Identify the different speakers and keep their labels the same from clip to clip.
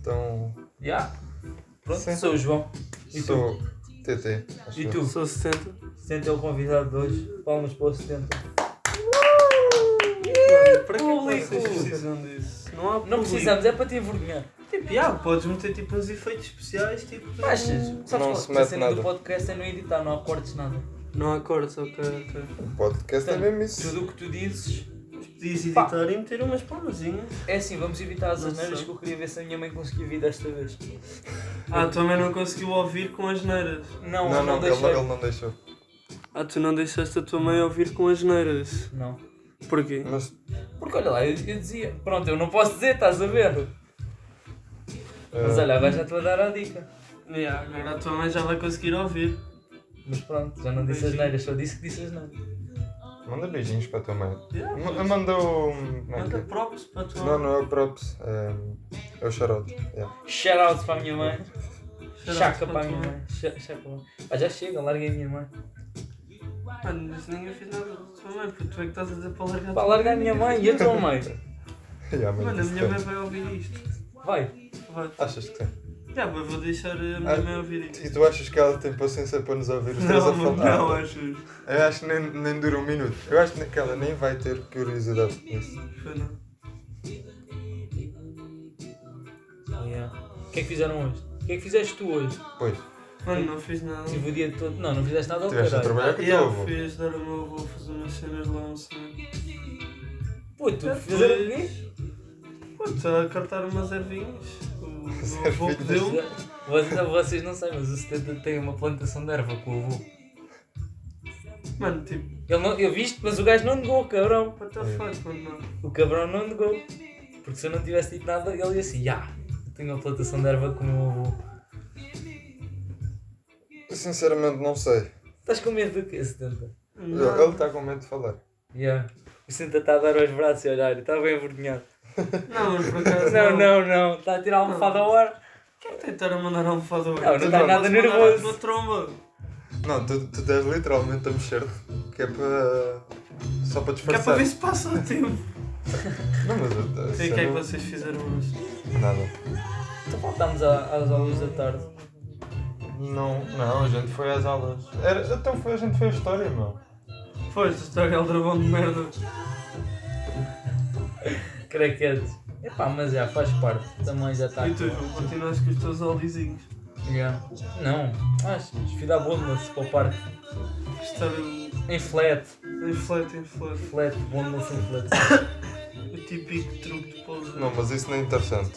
Speaker 1: Então,
Speaker 2: Yeah. Pronto,
Speaker 1: Sim.
Speaker 2: sou o João. E tu?
Speaker 1: Sou TT. acho
Speaker 2: E
Speaker 1: eu.
Speaker 2: tu?
Speaker 3: Sou 60.
Speaker 2: 70 é o convidado de hoje. Palmas para o 70.
Speaker 3: Para que
Speaker 2: público!
Speaker 3: vocês precisam disso? Não há
Speaker 2: Não
Speaker 3: público.
Speaker 2: precisamos, é para te envergonhar.
Speaker 3: Tipo, já, podes meter tipo uns efeitos especiais, tipo.
Speaker 2: Achas? Sabes
Speaker 1: Não
Speaker 2: qual?
Speaker 1: se
Speaker 2: Se
Speaker 1: mete
Speaker 2: a cena
Speaker 1: nada.
Speaker 2: do podcast é não editar, não há cortes, nada.
Speaker 3: Não há cortes, ok, ok.
Speaker 1: O podcast é
Speaker 2: Portanto,
Speaker 1: mesmo isso.
Speaker 2: Tudo o que tu dizes
Speaker 3: Podias editar e meter umas palmazinhas.
Speaker 2: é assim, vamos evitar as
Speaker 3: Não
Speaker 2: asneiras
Speaker 3: sei.
Speaker 2: que eu queria ver se a minha mãe conseguia vir desta vez.
Speaker 3: Ah, tu também não conseguiu ouvir com as neiras.
Speaker 1: Não,
Speaker 2: Não, não,
Speaker 1: não, ele,
Speaker 2: deixei.
Speaker 1: ele não deixou.
Speaker 3: Ah, tu não deixaste a tua mãe ouvir com as neiras.
Speaker 2: Não.
Speaker 3: Porquê?
Speaker 1: Mas
Speaker 2: Porque olha lá, eu, eu dizia. Pronto, eu não posso dizer, estás a ver? Mas
Speaker 1: eh,
Speaker 2: olha, agora já estou a dar a dica.
Speaker 3: Ya, agora a tua mãe já vai conseguir ouvir.
Speaker 2: Mas pronto, já não disse as
Speaker 3: Um Beijinho.
Speaker 2: neiras, só disse que disse as neiras.
Speaker 1: manda beijinhos para a tua mãe.
Speaker 3: Yeah,
Speaker 1: Ma- Manda o. como é que é?
Speaker 3: Manda props para a tua
Speaker 1: Não,
Speaker 3: mãe.
Speaker 1: não é o props. É, é o charote. Yeah.
Speaker 2: Shout out para a minha mãe.
Speaker 3: Shout out
Speaker 2: Chaca né?
Speaker 3: para
Speaker 2: para
Speaker 3: a
Speaker 2: a minha
Speaker 3: tua
Speaker 2: mãe. Cha- Chaca para a mãe. Ah, já chega, larguei a minha mãe.
Speaker 3: Mano, mas ninguém fez nada da tua mãe, porque tu é que estás a dizer para largar
Speaker 2: Pá, larga a minha mãe e um a tua mãe.
Speaker 1: Yeah, mas
Speaker 3: Mano, a
Speaker 1: isso
Speaker 3: minha mãe
Speaker 1: tem.
Speaker 3: vai ouvir isto.
Speaker 2: Vai.
Speaker 3: Vai.
Speaker 1: Achas que tem?
Speaker 3: Já, mas vou deixar a minha
Speaker 1: Ah,
Speaker 3: mãe ouvir isto.
Speaker 1: E tu achas que ela tem paciência para nos ouvir os três a
Speaker 3: Não, mano,
Speaker 1: falar?
Speaker 3: não, é. achas?
Speaker 1: Eu acho que nem, nem dura um minuto. Eu acho que ela nem vai ter curiosidade com isso.
Speaker 3: Foi não.
Speaker 2: Yeah. O que é que fizeram hoje? O que é que fizeste tu hoje?
Speaker 1: Pois,
Speaker 3: Mano, não fiz nada.
Speaker 2: Tive o dia todo. Não, não fizeste nada ao
Speaker 1: tiveste a é
Speaker 2: caralho.
Speaker 1: trabalhar com o
Speaker 3: E
Speaker 1: teu
Speaker 3: eu
Speaker 1: avô.
Speaker 3: fui ajudar o meu avô a fazer umas cenas lá no cinema.
Speaker 2: Pô, tu
Speaker 3: Já
Speaker 2: fizeram
Speaker 3: foi.
Speaker 2: o quê?
Speaker 3: Pô, está a cortar umas ervinhas. O meu avô
Speaker 1: ervinhas.
Speaker 2: um
Speaker 3: pediu.
Speaker 2: Vocês, vocês não sabem, mas o 70 tem uma plantação de erva com o avô.
Speaker 3: Mano, tipo,
Speaker 2: Ele não, eu viste, mas o gajo não negou, cabrão.
Speaker 3: what the
Speaker 1: É.
Speaker 3: fuck, mano? não.
Speaker 2: O cabrão não negou. Porque se eu não tivesse dito nada, ele ia assim, já, eu tenho uma plantação de erva com o meu avô.
Speaker 1: Eu sinceramente não sei.
Speaker 2: Estás com medo do quê, 70?
Speaker 3: Não.
Speaker 1: Ele está com medo de falar.
Speaker 2: Yeah. O 70 está a dar aos braços e a olhar, está bem envergonhado.
Speaker 3: Não, mano, por acaso.
Speaker 2: Não, não, não, está a tirar a almofada ao ar.
Speaker 3: Quem é que tentaram mandar um fado
Speaker 2: Não, não está
Speaker 1: não,
Speaker 2: nada
Speaker 3: Uma
Speaker 2: nervoso.
Speaker 3: tromba.
Speaker 1: Não, tu, tu tens literalmente a mexer que é para. só para
Speaker 3: Que é para
Speaker 1: disfarçar.
Speaker 3: ver se passa o tempo.
Speaker 1: Não, mas eu.
Speaker 3: E o
Speaker 1: eu
Speaker 3: que é
Speaker 1: sei
Speaker 3: que
Speaker 1: não-
Speaker 3: vocês fizeram hoje?
Speaker 1: Nada.
Speaker 2: Então voltámos a- às aulas da tarde.
Speaker 1: Não, não, a gente foi às aulas. Era, então foi, a gente foi a história, meu.
Speaker 3: Pois, tu está aquele dragão é de merda.
Speaker 2: Craquetes. é Epá, mas já faz parte, também já
Speaker 1: Tá.
Speaker 2: tá. está.
Speaker 3: E tu, João, continuas com os teus olizinhos.
Speaker 2: Yeah. Não, acho que fui dar bondance para o parque.
Speaker 3: Estar em
Speaker 2: Em flat,
Speaker 3: em flat, em flat.
Speaker 2: flat, bondance em flat.
Speaker 3: O típico truque de pouso.
Speaker 1: Não, mas isso não é interessante.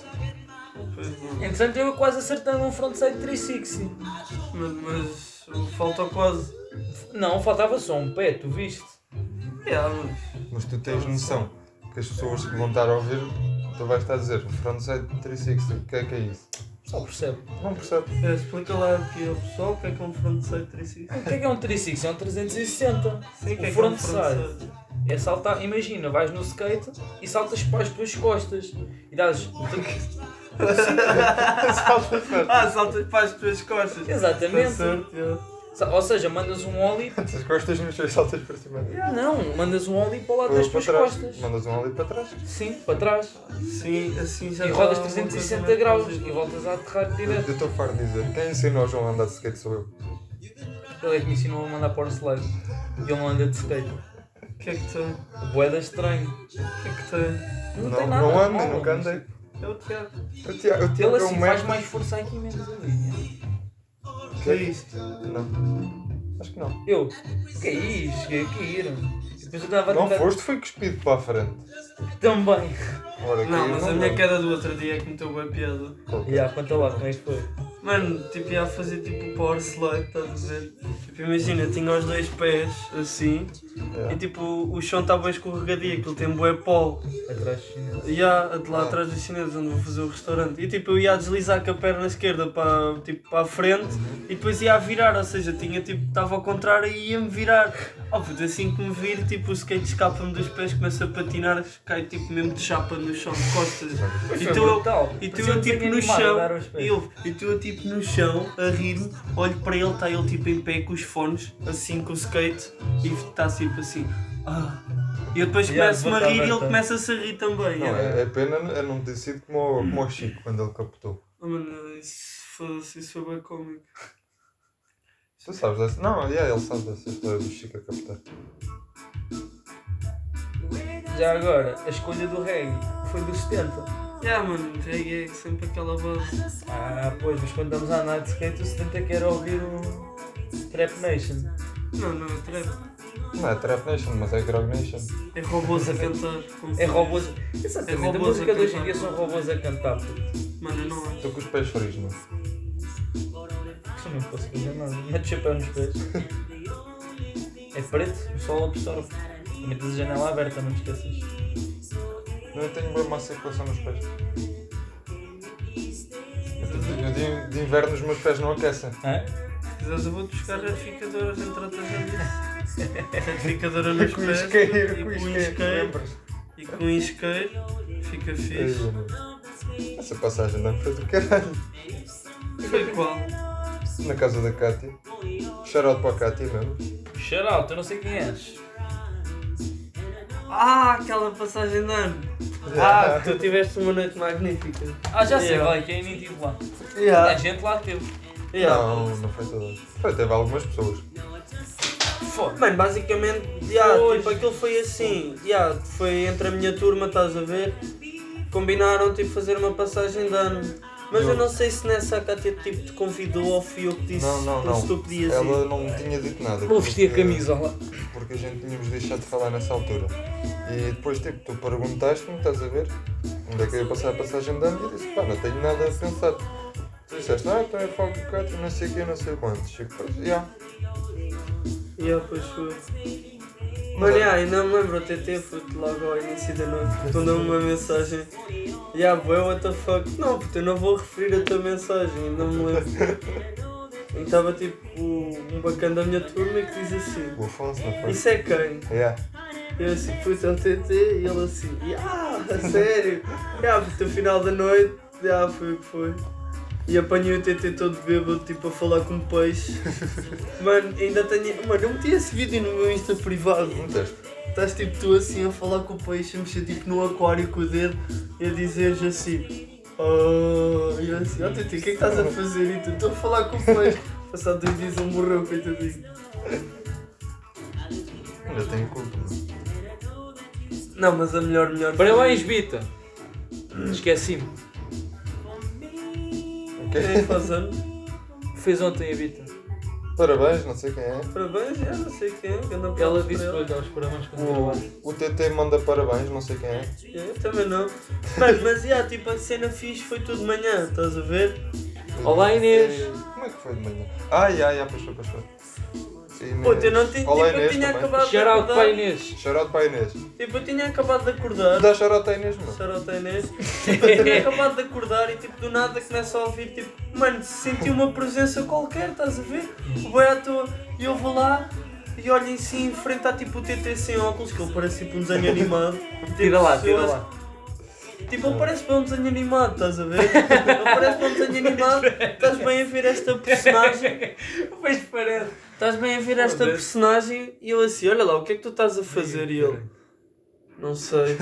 Speaker 3: Pois não.
Speaker 2: Entretanto, eu quase acertando um frontside 360.
Speaker 3: Mas, mas o falta quase.
Speaker 2: Não, faltava só um pé, tu viste?
Speaker 3: É, mas.
Speaker 1: Mas tu tens noção que as pessoas que vão estar a ouvir, tu vais estar a dizer frontside 360, o que é que é isso?
Speaker 2: Só percebe.
Speaker 1: Não percebe.
Speaker 3: é, Explica lá aqui ao pessoal o que é que é um frontside 360.
Speaker 2: O que é que é um 360? É um 360.
Speaker 3: Sim, o que
Speaker 2: O
Speaker 3: é que é um
Speaker 2: frontside.
Speaker 3: frontside?
Speaker 2: É saltar, imagina, vais no skate e saltas para as tuas costas. E dás.
Speaker 3: Ah, saltas para as tuas costas. Tá
Speaker 2: Exatamente.
Speaker 3: certo, é.
Speaker 2: Sa- Ou seja, mandas um ollie.
Speaker 1: As costas nos teus saltas para cima.
Speaker 2: Não, mandas um ollie para o lado das
Speaker 1: Ou
Speaker 2: tuas
Speaker 1: para trás.
Speaker 2: costas.
Speaker 1: Mandas um ali para trás.
Speaker 2: Sim, para trás.
Speaker 3: Sim, assim já
Speaker 2: E
Speaker 3: dá
Speaker 2: rodas
Speaker 3: uma coisa
Speaker 2: 360
Speaker 3: mais
Speaker 2: graus
Speaker 3: plausível.
Speaker 2: e voltas a aterrar
Speaker 1: Eu
Speaker 2: direto.
Speaker 1: eu estou farto de dizer, quem ensinou ao João a andar de skate sou eu.
Speaker 2: Ele é que me ensinou a mandar para o slide. E ele não anda de skate.
Speaker 3: O que é que tem? O
Speaker 2: Boeda estranho.
Speaker 3: que é que tem?
Speaker 2: Não,
Speaker 1: não,
Speaker 2: tem nada.
Speaker 1: não
Speaker 2: de
Speaker 1: ando,
Speaker 2: mal.
Speaker 1: nunca andei.
Speaker 3: É o Tiago.
Speaker 1: O Tiago, o Tiago
Speaker 2: Ele
Speaker 1: é um
Speaker 2: assim faz
Speaker 1: merda.
Speaker 2: mais força aqui menos ali.
Speaker 3: Que é isto?
Speaker 1: Não. Acho que não.
Speaker 2: Eu, o que é isso? Que é isso? Depois eu estava a
Speaker 1: Não
Speaker 2: tentar
Speaker 1: foste, foi cuspido para a frente.
Speaker 2: também.
Speaker 1: Ora,
Speaker 3: Não,
Speaker 1: que
Speaker 3: mas a minha
Speaker 1: dá.
Speaker 3: queda do outro dia é que meteu bem piada.
Speaker 1: Qualquer.
Speaker 2: E yeah, conta lá como é que foi.
Speaker 3: Mano, tipo, ia fazer tipo o power slide, estás a ver? Tipo, imagina, eu tinha os dois pés assim
Speaker 1: Yeah.
Speaker 3: e tipo o chão está bem escorregadio, aquilo tem bué pó.
Speaker 2: Atrás dos chineses.
Speaker 3: E há a de lá
Speaker 1: Ah.
Speaker 3: atrás dos chineses onde vou fazer o restaurante. E tipo, eu ia a deslizar com a perna esquerda para, tipo, para a frente e depois ia a virar, ou seja, tinha tipo, estava ao contrário e ia-me virar. Ó, puto, assim que me vir, tipo, o skate escapa-me dos pés, começa a patinar, cai tipo mesmo de chapa no chão de costas. E tu eu,
Speaker 2: brutal.
Speaker 3: e tu
Speaker 2: Parecia
Speaker 3: eu
Speaker 2: um
Speaker 3: tipo
Speaker 2: desenho
Speaker 3: no
Speaker 2: animado a
Speaker 3: chão,
Speaker 2: dar aos pés.
Speaker 3: e eu, e tu eu tipo no chão, a rir-me, olho para ele, está ele tipo em pé com os fones, assim com o skate, e está tipo assim. Ah. E eu depois
Speaker 2: Yeah,
Speaker 3: começo-me a
Speaker 2: bota,
Speaker 3: rir e ele
Speaker 2: bota.
Speaker 3: começa-se a rir também. é.
Speaker 1: Não,
Speaker 3: yeah.
Speaker 1: é, é pena eu não ter sido como, o- como o Chico quando ele captou.
Speaker 3: Oh, mano, isso, foda-se, isso foi bem cómico.
Speaker 1: Tu sabes dessa? Não, yeah, ele sabe dessa história do Chico a captar.
Speaker 4: Já agora, a escolha do reggae foi dos 70.
Speaker 3: Yeah, mano, reggae é sempre aquela base.
Speaker 4: Ah, pois, mas quando estamos à Night Skate, é o 70 quer ouvir o Trap Nation.
Speaker 3: Não, não, é trap.
Speaker 1: Não é Trap Nation, mas é Grog Nation.
Speaker 3: É robôs a cantar. como
Speaker 4: É
Speaker 3: se
Speaker 4: robôs.
Speaker 3: diz.
Speaker 4: Exatamente,
Speaker 3: É robôs
Speaker 4: a música
Speaker 3: a
Speaker 4: de hoje em
Speaker 3: cantar.
Speaker 4: dia são robôs a cantar, puto.
Speaker 3: Mano, eu não acho.
Speaker 1: Estou com os pés frios, é? mano.
Speaker 4: Eu Não posso fazer nada, mete chapéu nos pés. É preto, o sol absorve. E Metes a janela aberta, não te esqueças.
Speaker 1: Não, Eu tenho bem má circulação nos pés. Eu tenho- eu de, de inverno os meus pés não aquecem.
Speaker 4: Hã?
Speaker 3: Se quiseres, eu vou-te buscar retificadoras, entre outras coisas. Retificadora nos
Speaker 1: Com
Speaker 3: pés.
Speaker 1: isqueiro, com
Speaker 3: e com
Speaker 1: isqueiro,
Speaker 3: isqueiro.
Speaker 1: lembras?
Speaker 3: E com isqueiro. Fica fixe.
Speaker 1: Ei, mano. é? Essa passagem não foi do caralho. é.
Speaker 3: Foi qual?
Speaker 1: Na casa da Cátia. Shoutout para a Cátia mesmo.
Speaker 4: Shout out, eu não sei quem és.
Speaker 3: Ah, aquela passagem de ano. Ah, que tu tiveste uma noite magnífica.
Speaker 4: Ah, já sei,
Speaker 3: Yeah.
Speaker 4: vai, quem nem tive lá. A
Speaker 3: Yeah.
Speaker 4: gente lá teve.
Speaker 3: Yeah.
Speaker 1: Não, não foi toda. Foi, teve algumas pessoas.
Speaker 4: Foda.
Speaker 3: Mano, basicamente, yeah,
Speaker 4: Pois.
Speaker 3: tipo, aquilo foi assim. Yeah, foi entre a minha turma, estás a ver? Combinaram tipo fazer uma passagem de ano. Mas eu,
Speaker 1: Eu-
Speaker 3: não sei se nessa a Cátia tipo, te convidou ou fui eu que disse um
Speaker 1: Não, não,
Speaker 3: ou se tu
Speaker 1: não.
Speaker 3: podias ir.
Speaker 1: Ela não tinha dito nada.
Speaker 4: Vou vestir a
Speaker 1: porque-
Speaker 4: camisola.
Speaker 1: Porque a gente tínhamos deixado de falar nessa altura. E depois, tipo, tu perguntaste-me, estás a ver? Onde é que eu ia passar a passagem de ano? E eu disse, pá, não tenho nada a pensar. Tu disseste, ah, então é fogo de quatro, não sei o quê, não sei quantos. E depois, yeah.
Speaker 3: Yeah, pois foi. Mano, yeah, ainda me lembro, o TT foi logo ao início da noite, mandou-me uma mensagem. Yeah, boy, what the fuck? Não, puto, eu não vou referir a tua mensagem, ainda me lembro. E Estava tipo um bacana da minha turma que diz assim:
Speaker 1: O Afonso, não foi?
Speaker 3: Isso é quem?
Speaker 1: Yeah.
Speaker 3: Eu assim, puto, é o TT, e ele assim: Yeah, a sério? Yeah, puto, no final da noite, yeah, foi o que foi. E apanhei o TT todo bêbado, tipo, a falar com peixe. Mano, ainda tenho. Mano, eu meti esse vídeo no meu Insta privado.
Speaker 1: Perguntaste.
Speaker 3: Estás tipo tu assim a falar com o peixe, a mexer tipo no aquário com o dedo e a dizeres assim. Oh, e eu assim, ó Titi, o que é que estás a fazer? E tu, estou a falar com o peixe. Passado dois dias ele morreu, coitadinho.
Speaker 1: Ainda tenho culpa, mano.
Speaker 3: Não, mas a melhor, melhor.
Speaker 4: Parabéns, Bita. Esqueci-me.
Speaker 1: Ok?
Speaker 3: Quem faz anos?
Speaker 4: Fez ontem a Bita.
Speaker 1: Parabéns, não sei quem é.
Speaker 3: Parabéns, eu não sei quem. Eu não
Speaker 4: Ela disse para lhe dar os parabéns quando trabalho.
Speaker 1: O, o TT manda parabéns, não sei quem é.
Speaker 3: Eu também não. Mas, mas, yeah, tipo, a cena fixe foi tudo de manhã, estás a ver?
Speaker 4: Olá, Inês.
Speaker 1: E- Como é que foi de manhã? Ai, ai, ai, passou, passou. Inês.
Speaker 3: Puta, eu não tinha,
Speaker 1: Olá,
Speaker 3: tipo, eu
Speaker 1: Inês,
Speaker 3: tinha
Speaker 1: também.
Speaker 3: acabado de
Speaker 4: Shout out para a
Speaker 3: acordar.
Speaker 4: Inês.
Speaker 1: Shoutout para a Inês.
Speaker 3: Tipo, eu tinha acabado de acordar.
Speaker 1: Dá shoutout à Inês, mano.
Speaker 3: Sarota Inês. Tipo, eu tinha acabado de acordar e tipo, do nada começo a ouvir, tipo, mano, senti uma presença qualquer, estás a ver? O boi à toa. E eu vou lá e olho em si em frente a tipo o TT sem óculos, que ele parece tipo um desenho animado. Tipo,
Speaker 4: Tira lá, tira
Speaker 3: pessoas-
Speaker 4: lá.
Speaker 3: Tipo, ele parece para um desenho animado, estás a ver? Ele parece para um desenho animado, estás bem a ver esta personagem.
Speaker 4: Pois parece.
Speaker 3: Estás bem a ver esta
Speaker 4: Foda-se.
Speaker 3: personagem e eu assim, olha lá, o que é que tu estás a fazer? E ele, não sei.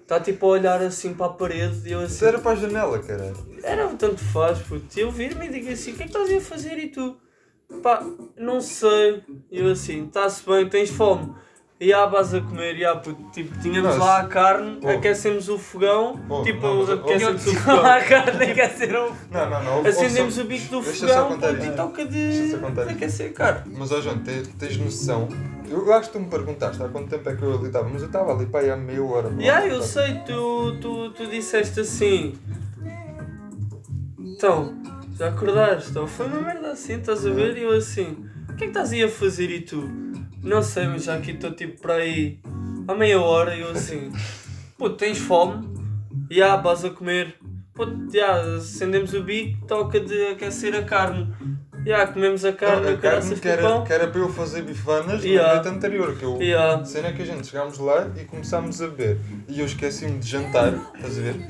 Speaker 3: Está tipo a olhar assim para a parede e eu assim.
Speaker 1: Isso era para a janela, caralho.
Speaker 3: Era o tanto faz, puto. Eu vir-me e digo assim: o que é que estás aí a fazer? E tu, pá, não sei. E eu assim: está-se bem, tens fome. E há base a comer, e há, puto. Tipo, tínhamos
Speaker 1: Nossa.
Speaker 3: lá a carne,
Speaker 1: Oh.
Speaker 3: aquecemos o fogão,
Speaker 1: Oh,
Speaker 3: tipo,
Speaker 1: não, mas-
Speaker 3: aquecemos o
Speaker 4: Ah,
Speaker 3: fogão.
Speaker 4: cara, nem quer ser um.
Speaker 1: Não, não, não. houve-
Speaker 3: Acendemos
Speaker 1: houve
Speaker 3: o bico do
Speaker 1: Deixa eu só
Speaker 3: fogão,
Speaker 1: contar
Speaker 3: puto,
Speaker 1: isto.
Speaker 3: e toca de,
Speaker 1: Deixa eu só contar
Speaker 3: de
Speaker 1: isto.
Speaker 3: aquecer a carne.
Speaker 1: só- Mas, ó, João, te- tens noção. Eu acho que tu me perguntaste há quanto tempo é que eu ali estava, mas eu estava ali, pá, há meia hora. mano.
Speaker 3: E aí, eu sei, tu, tu, tu disseste assim. Então, já acordaste? Ou foi uma merda assim, estás a ver? E eu assim, o que é que estás aí a fazer? E tu, não sei, mas já aqui estou tipo para aí há meia hora. E eu assim, pô, tens fome? E ah, vas a comer. Pô, já, acendemos o bico, toca de aquecer a carne. E ah, comemos a
Speaker 1: Não,
Speaker 3: carne,
Speaker 1: a carne
Speaker 3: graças
Speaker 1: que
Speaker 3: a
Speaker 1: era,
Speaker 3: pão.
Speaker 1: que era para eu fazer bifanas
Speaker 3: tipo, Yeah.
Speaker 1: na noite anterior, que eu
Speaker 3: E ah,
Speaker 1: A cena é que a gente chegámos lá e começámos a beber. E eu esqueci-me de jantar, estás a ver?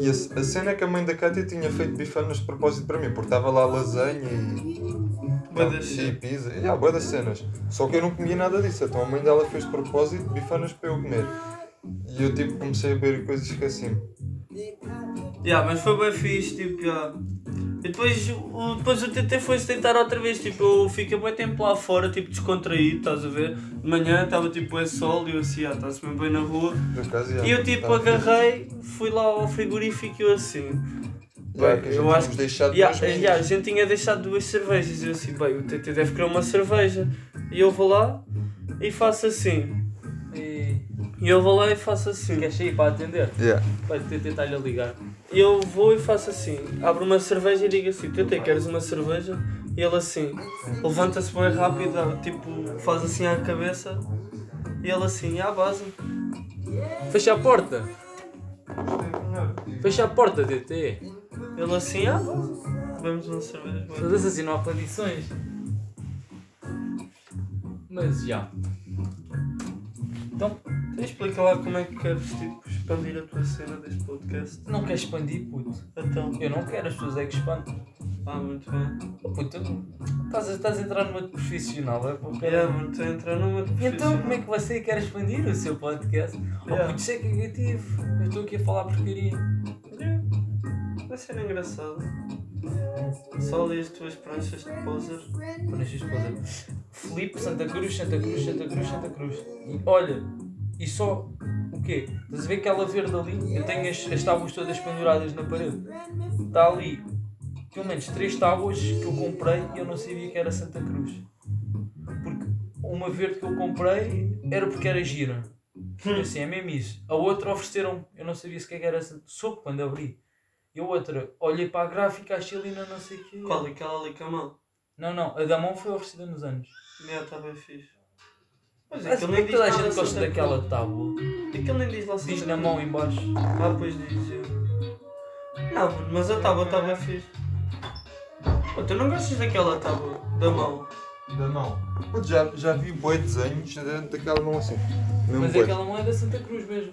Speaker 1: E a, a cena é que a mãe da Cátia tinha feito bifanas de propósito para mim, porque estava lá lasanha e.
Speaker 3: Bué da
Speaker 1: Então, e pizza. E há boa das cenas. Só que eu não comia nada disso, então a mãe dela fez de propósito bifanas para eu comer. E eu tipo comecei a beber e coisas e esqueci-me.
Speaker 3: yeah, mas foi bem fixe, tipo, já. E depois, o- depois o TT foi-se tentar outra vez, tipo, eu fiquei bem tempo lá fora, tipo, descontraído, estás a ver? De manhã estava tipo, é sol e eu assim, ah, está-se mesmo bem na rua.
Speaker 1: Por acaso, tá
Speaker 3: E eu tipo, agarrei, fui lá ao frigorífico e eu assim,
Speaker 1: Bem,
Speaker 3: eu
Speaker 1: eu
Speaker 3: acho
Speaker 1: acho que deixado
Speaker 3: Ya, eh,
Speaker 1: dois
Speaker 3: ya, a gente tinha deixado duas cervejas. Eu assim, bem, o TT deve querer uma cerveja. E eu vou lá e faço assim.
Speaker 2: E
Speaker 3: E eu vou lá e faço assim.
Speaker 2: queres sair para atender?
Speaker 1: Yeah.
Speaker 2: Vai tentar-lhe ligar.
Speaker 3: E eu vou e faço assim. Abro uma cerveja e digo assim: TT, queres uma cerveja? E ele assim, levanta-se bem rápido, ah, tipo, faz assim à cabeça. E ele assim, à base.
Speaker 5: Fecha a porta. Fecha a porta, TT.
Speaker 3: Ele assim, à base. Vamos uma cerveja. bora."
Speaker 5: Mas assim não há condições. Mas já.
Speaker 2: Então,
Speaker 3: Então explica lá como é que queres tipo, expandir a tua cena deste podcast.
Speaker 2: não queres expandir, puto?
Speaker 3: Então,
Speaker 2: Eu não quero, as pessoas é que expandem.
Speaker 3: ah, muito bem.
Speaker 2: Oh, puto, tu estás a, estás a entrar numa de profissional, é pô,
Speaker 3: Yeah,
Speaker 2: cara.
Speaker 3: mano, estou a entrar numa assim.
Speaker 2: E Então, como é que você quer expandir o seu podcast? Oh,
Speaker 3: Yeah.
Speaker 2: puto, isso é negativo. Eu estou aqui a falar porcaria.
Speaker 3: que... Vai ser engraçado. Só li as tuas pranchas de poser.
Speaker 2: Pô, nas suas esposas. Filipe, Santa Cruz, Santa Cruz, Santa Cruz, Santa Cruz. E olha, e só o quê? Estás a ver aquela verde ali? Eu tenho as, as tábuas todas penduradas na parede. Está ali pelo menos três tábuas que eu comprei e eu não sabia que era Santa Cruz. Porque uma verde que eu comprei era porque era gira. E Assim, é mesmo isso. A outra ofereceram, eu não sabia sequer que era Santa Soube quando abri. E a outra, olhei para a gráfica, achei ali na não sei o quê.
Speaker 3: Qual? Aquela ali com a mão?
Speaker 2: Não, não, a da mão foi oferecida nos anos.
Speaker 3: Minha, está tá bem fixe. Mas
Speaker 2: Mas
Speaker 3: aquilo
Speaker 2: como é
Speaker 3: nem
Speaker 2: que
Speaker 3: diz
Speaker 2: toda a
Speaker 3: nada
Speaker 2: gente gosta
Speaker 3: Santa
Speaker 2: daquela tábua?
Speaker 3: Cruz. Aquilo nem diz lá
Speaker 2: Diz
Speaker 3: Santa
Speaker 2: na
Speaker 3: Cruz.
Speaker 2: mão em baixo.
Speaker 3: Ah, pois diz. é. Não, mano, mas a tábua está bem fixe. Pô, tu não gostas daquela tábua? Da mão?
Speaker 1: Da mão. Puto, já, já vi boi desenhos dentro daquela mão assim. Mesmo
Speaker 2: Mas
Speaker 1: bué.
Speaker 2: aquela mão é da Santa Cruz mesmo.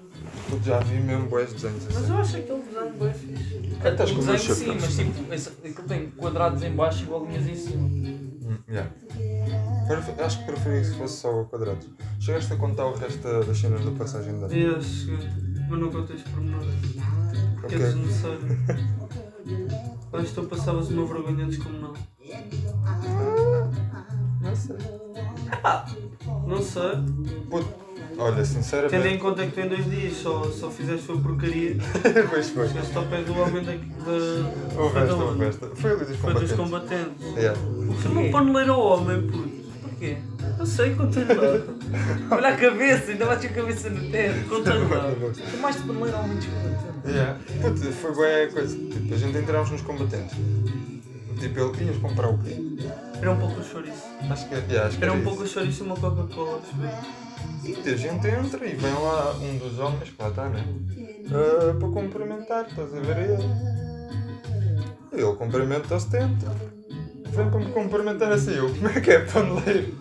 Speaker 1: Puto, já vi mesmo boi desenhos
Speaker 3: Mas
Speaker 1: assim.
Speaker 3: eu acho aquele desenho bem fixe.
Speaker 1: É que estás
Speaker 2: O
Speaker 1: com o meu
Speaker 2: desenho sim,
Speaker 1: chapéu.
Speaker 2: mas tipo, esse- aquilo tem quadrados em baixo e bolinhas em cima.
Speaker 1: Hum, yeah. Pref- Acho que preferia que fosse só o quadrado. Chegaste a contar o resto da- das cenas da passagem da.
Speaker 3: E eu cheguei, mas não contei os pormenores. Que
Speaker 1: Ok.
Speaker 3: é desnecessário. Mas tu passavas uma vergonha descomunal.
Speaker 1: Não sei.
Speaker 3: Não sei.
Speaker 1: Puto, olha,
Speaker 3: Tendo
Speaker 1: sinceramente.
Speaker 3: em conta que tu em dois dias só, só fizeste foi porcaria,
Speaker 1: pois foi.
Speaker 3: chegaste ao pé do homem da. da
Speaker 1: Houve esta,
Speaker 3: da-
Speaker 1: houve esta. Foi ali dos
Speaker 3: Foi dos
Speaker 1: combatentes.
Speaker 3: combatentes.
Speaker 1: Yeah.
Speaker 3: Tu não paneleiro ao homem, puto.
Speaker 2: Porquê?
Speaker 3: Eu sei, contei-lhe lá.
Speaker 2: Olha a cabeça, ainda bate a cabeça no teto.
Speaker 3: Contei-lhe lá.
Speaker 2: Tomaste por ler ao menos quanto?
Speaker 1: Yeah. Puta, foi boa coisa. Tipo, a gente entramos nos combatentes. Tipo, ele tinhas comprar o quê?
Speaker 3: Era um pouco chouriço.
Speaker 1: Acho que é- yeah, acho que
Speaker 3: Era um
Speaker 1: isso.
Speaker 3: pouco chouriço e uma Coca-Cola.
Speaker 1: E a gente entra e vem lá um dos homens, que lá está, né? Ah, para cumprimentar, estás a ver a ele? E ele cumprimenta-se, tenta. Vem para me cumprimentar assim, eu, como é que é, paneleiro?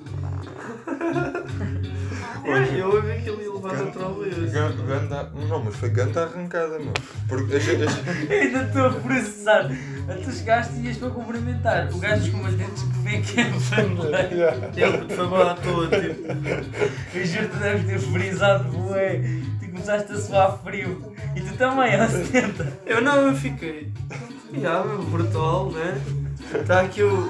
Speaker 3: É, Eu ouvi aquilo e levava a trova e eu assim.
Speaker 1: Gan- Ganda, não, mas foi ganda arrancada, meu. Porque a gente, a gente-
Speaker 2: Ainda estou a processar. Então Tu chegaste e ias para cumprimentar. O gajo com os dentes que vê que é paneleiro.
Speaker 1: Yeah.
Speaker 3: Eu, puto, foi mal à toa, tipo.
Speaker 2: Eu juro que tu deves ter frisado, bué. Tu começaste a suar frio. E tu também, aos 70.
Speaker 3: Eu não, eu fiquei. Já, meu brutal, né? Está aqui o.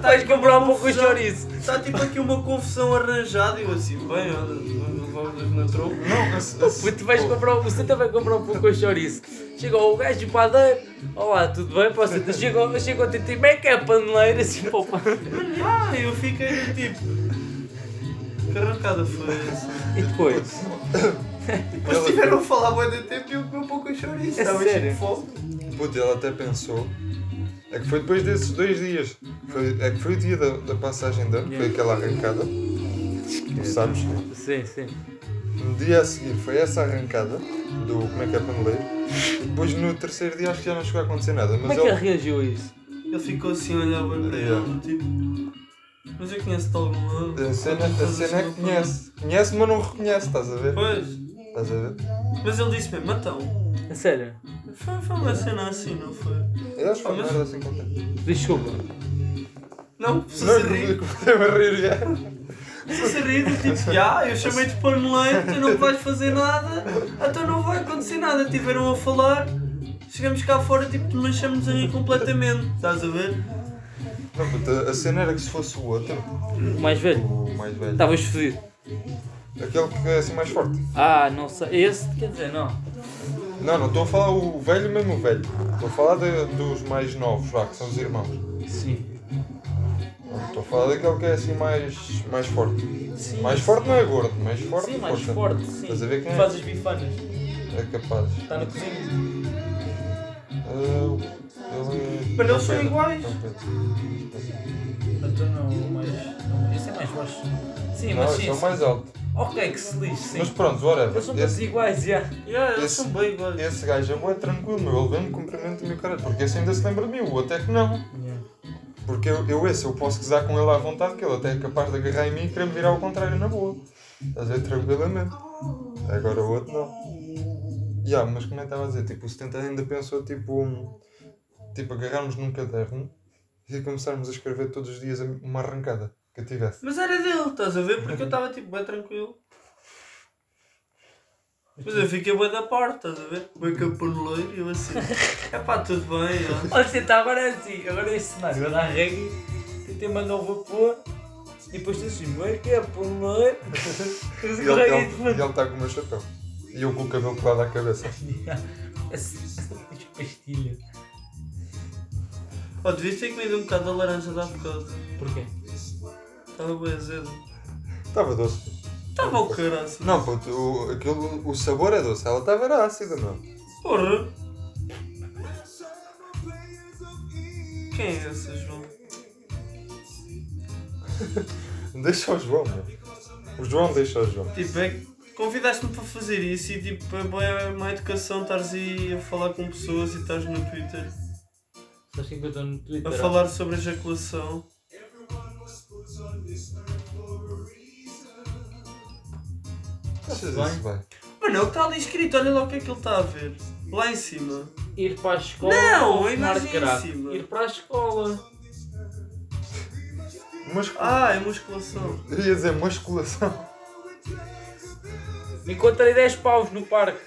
Speaker 2: Vais comprar um pouco de chouriço.
Speaker 3: Está tipo aqui uma confusão arranjada e eu assim, bem, olha, vamos na tromba.
Speaker 1: Não, esse- esse-
Speaker 5: Puto, vais
Speaker 1: oh,
Speaker 5: comprar, o Santa vai comprar um pouco de chouriço. Chega o gajo de padeiro. Olá, tudo bem? Posso Santa? Chega ao- chega o TT. Como é que é a paneleira? Assim, pô, pá.
Speaker 3: Ah, eu fiquei tipo. Que arrancada foi essa?
Speaker 5: E depois?
Speaker 3: Depois tiveram a falar bem de tempo e eu comi um pouco de chouriço.
Speaker 5: É
Speaker 3: Estava
Speaker 5: sério?
Speaker 3: cheio de fome.
Speaker 1: Puto, ele até pensou. É que foi depois desses dois dias. Foi, é que foi o dia da, da passagem dele, foi aquela arrancada. Tu sabes? né?
Speaker 5: Sim, sim.
Speaker 1: No dia a seguir foi essa arrancada do como é que é paneleiro. E depois no terceiro dia acho que já não chegou a acontecer nada.
Speaker 5: Como é
Speaker 1: Mas
Speaker 5: que ele
Speaker 1: ele.
Speaker 5: reagiu a isso?
Speaker 3: Ele ficou assim a olhar bem para ele, tipo. Mas eu conheço-te de algum lado.
Speaker 1: A cena, a cena é que conhece. Conhece, mas não reconhece, estás a ver?
Speaker 3: Pois,
Speaker 1: Estás a ver?
Speaker 3: mas ele disse mesmo, então.
Speaker 5: A sério?
Speaker 3: Foi, foi uma cena assim, não foi?
Speaker 1: Eu acho que foi uma merda assim qualquer.
Speaker 5: Desculpa.
Speaker 3: Não,
Speaker 1: Não,
Speaker 3: precisa rir.
Speaker 1: eu a rir já.
Speaker 3: Isso é rir, tipo, já, eu chamei-te para no leite, tu não vais fazer nada, então não vai acontecer nada. Tiveram a falar, chegamos cá fora, tipo, te manchamos a rir completamente, estás a ver?
Speaker 1: Não, puta, a cena era que se fosse o outro,
Speaker 2: O mais velho.
Speaker 1: o mais velho,
Speaker 5: Tá.
Speaker 2: Estavas fodido.
Speaker 1: aquele que é assim mais forte.
Speaker 2: Ah, não sei. Esse, quer dizer, não.
Speaker 1: Não, não estou a falar o velho mesmo o velho. Estou a falar de- dos mais novos, vá, que são os irmãos.
Speaker 2: Sim.
Speaker 1: Não, Estou a falar daquele que é assim mais, mais forte. mais forte não é gordo, mais forte
Speaker 4: Sim,
Speaker 1: é
Speaker 4: mais
Speaker 1: forte.
Speaker 4: forte, sim.
Speaker 1: Estás a ver quem é?
Speaker 4: Faz as bifanas.
Speaker 1: É capaz.
Speaker 2: Tá
Speaker 4: Está na cozinha.
Speaker 1: Ah, ele-
Speaker 3: Mas eles
Speaker 1: não,
Speaker 3: são
Speaker 1: Pedro.
Speaker 3: iguais.
Speaker 1: Não, Pedro.
Speaker 4: Então não, o mais. não, Esse é mais baixo. Sim,
Speaker 1: Não,
Speaker 4: mas
Speaker 1: eles
Speaker 4: sim.
Speaker 1: são mais altos.
Speaker 4: Ok, que se lixe, sim.
Speaker 1: Mas pronto, whatever.
Speaker 4: Eles são todos
Speaker 1: Esse,
Speaker 4: iguais, já.
Speaker 3: Yeah, eles
Speaker 1: Esse-
Speaker 3: são bem iguais.
Speaker 1: esse gajo é bué tranquilo, meu. Ele vem-me cumprimenta me caralho. Porque esse ainda se lembra de mim, o outro é que não. Porque eu, eu esse, eu posso gozar com ele à vontade, que ele até é capaz de agarrar em mim e querer-me virar ao contrário na boa. Estás a ver, tranquilamente. Agora o outro não. Ya, mas como é que estava a dizer? Tipo, o 70 ainda pensou, tipo, um- tipo, agarrarmos num caderno e começarmos a escrever todos os dias uma arrancada que eu tivesse.
Speaker 3: Mas era dele, estás a ver? Porque eu estava tipo bem tranquilo. Mas eu fiquei bem da parte, estás a ver? Bem que eu panelei e eu assim. É pá, tudo bem, ó.
Speaker 4: Olha, você está agora é assim, agora é esse cenário. Eu dá reggae, tentei mandar o vapor, um e depois tem assim, como é que é, pô, não é? Tens
Speaker 1: E
Speaker 4: o
Speaker 1: ele-
Speaker 4: reggae de
Speaker 1: ele
Speaker 4: fundo.
Speaker 1: ele está com o meu chapéu. E eu com o cabelo colado à cabeça.
Speaker 4: As pastilhas.
Speaker 3: Ó, devias ter comido um bocado da laranja da bocado.
Speaker 4: Porquê?
Speaker 3: Estava bem azedo.
Speaker 1: Estava doce.
Speaker 3: Estava o caralho.
Speaker 1: Não, puto, o, aquilo, o sabor é doce. Ela estava era ácida, meu.
Speaker 3: Porra! Quem é esse João?
Speaker 1: Deixa o João, meu. O João deixa o João.
Speaker 3: Tipo, é que convidaste-me para fazer isso e tipo, é bué má educação estares aí a falar com pessoas e estás no Twitter
Speaker 4: Sabes o que é que eu estou no
Speaker 3: a
Speaker 4: Twitter?
Speaker 3: falar sobre ejaculação.
Speaker 1: Achas
Speaker 4: bem.
Speaker 1: isso bem?
Speaker 3: Mano, é o que está ali escrito, olha lá o que é que ele está a ver. Lá em cima.
Speaker 2: Ir para a escola.
Speaker 3: Não,
Speaker 2: ou
Speaker 3: a
Speaker 2: fumar
Speaker 3: imagem em
Speaker 2: crack.
Speaker 3: cima.
Speaker 2: Ir para a escola.
Speaker 1: Mas
Speaker 3: Ah, é musculação.
Speaker 1: Eu ia dizer musculação.
Speaker 2: Encontrei 10 paus no parque.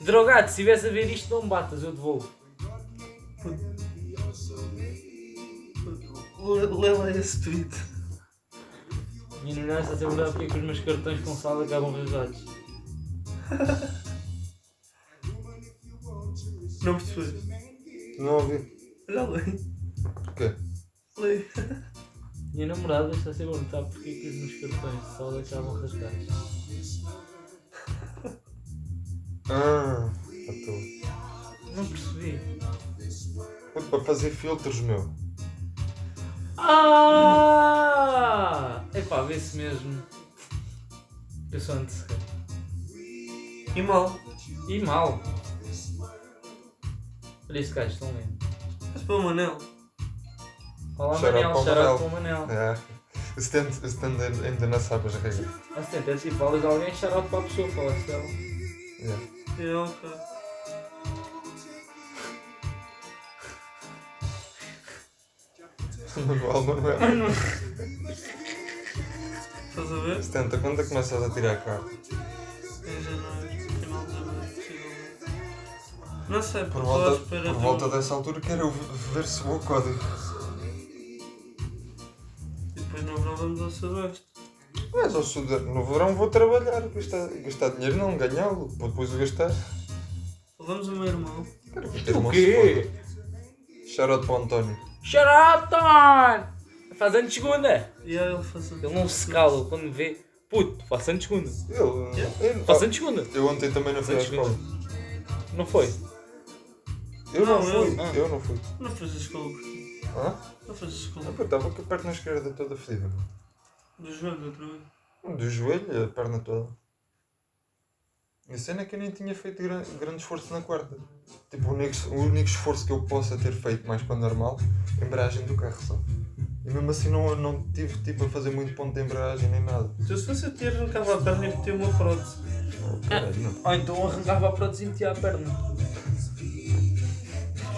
Speaker 2: Drogado, se estivesse a ver isto, não me batas, eu devolvo.
Speaker 3: Lê lê lá esse tweet.
Speaker 2: Minha namorada está sempre a olhar porque é que os meus cartões com sal acabam rasgados.
Speaker 3: Não percebi.
Speaker 1: Não ouvi.
Speaker 3: Olha lá.
Speaker 1: O quê?
Speaker 3: Lê.
Speaker 2: Minha namorada está sempre a perguntar porque é que os meus cartões de sal acabam rasgados.
Speaker 1: Ah, a
Speaker 2: Não percebi.
Speaker 1: tua. Para fazer filtros, meu.
Speaker 2: Ah! Epá, vê-se mesmo. Eu sou antisseca.
Speaker 3: E mal.
Speaker 2: E mal. Olha este gajo, tão lindo.
Speaker 3: Mas para o Manel.
Speaker 2: Olá
Speaker 1: Shout out
Speaker 2: Manel,
Speaker 1: para o
Speaker 2: xará
Speaker 1: Manel.
Speaker 2: para o Manel.
Speaker 1: É. O stand, o stand ainda- ainda não sabe as regras.
Speaker 2: Assim, é tipo, falas de alguém, xará para a pessoa, falas dela.
Speaker 1: É.
Speaker 3: É, ok.
Speaker 1: Manual, é manual.
Speaker 3: Estás a ver?
Speaker 1: Stand, quando é que começas a tirar a carta?
Speaker 3: Em janeiro, final de janeiro, possivelmente. Não sei,
Speaker 1: Por
Speaker 3: por volta, à
Speaker 1: volta,
Speaker 3: espera
Speaker 1: por
Speaker 3: de
Speaker 1: volta
Speaker 3: um-
Speaker 1: dessa altura quero eu v- ver se vou ao código.
Speaker 3: E depois no verão vamos ao sudoeste.
Speaker 1: Mas ao sudar, no verão vou trabalhar, gastar, gastar dinheiro não, ganhá-lo, para depois o gastar.
Speaker 3: Levamos o meu irmão.
Speaker 1: Quero que o
Speaker 2: quê?
Speaker 1: Shoutout para o António.
Speaker 2: Xará, Faz anos de segunda.
Speaker 3: E aí ele faz um
Speaker 2: Ele não se cala ele quando vê. Puto, faz anos de segunda.
Speaker 1: Ele, ele-
Speaker 2: Faz anos de segunda.
Speaker 1: eu ontem também não fui à
Speaker 2: Antes de
Speaker 1: escola.
Speaker 2: Não foi?
Speaker 1: Eu não,
Speaker 3: Não,
Speaker 1: fui,
Speaker 3: eu-
Speaker 1: ah, eu não fui.
Speaker 3: Não faz a escola.
Speaker 1: Hã?
Speaker 3: Não faz a
Speaker 1: Ah,
Speaker 3: escola.
Speaker 1: pô, estava com a perna esquerda toda fedida.
Speaker 3: Do joelho, outra vez.
Speaker 1: mano. Do joelho, a perna toda. E a cena é que eu nem tinha feito gran- grande esforço na quarta. Tipo, o único, o único esforço que eu possa ter feito mais para o normal, a embreagem do carro só. E mesmo assim não, não tive tipo a fazer muito ponto de embreagem nem nada.
Speaker 3: Então se fosse a ter, arrancava a perna e metia uma prótese.
Speaker 1: Oh, caralho, não.
Speaker 4: Ou então arrancava a produzir e metia a perna.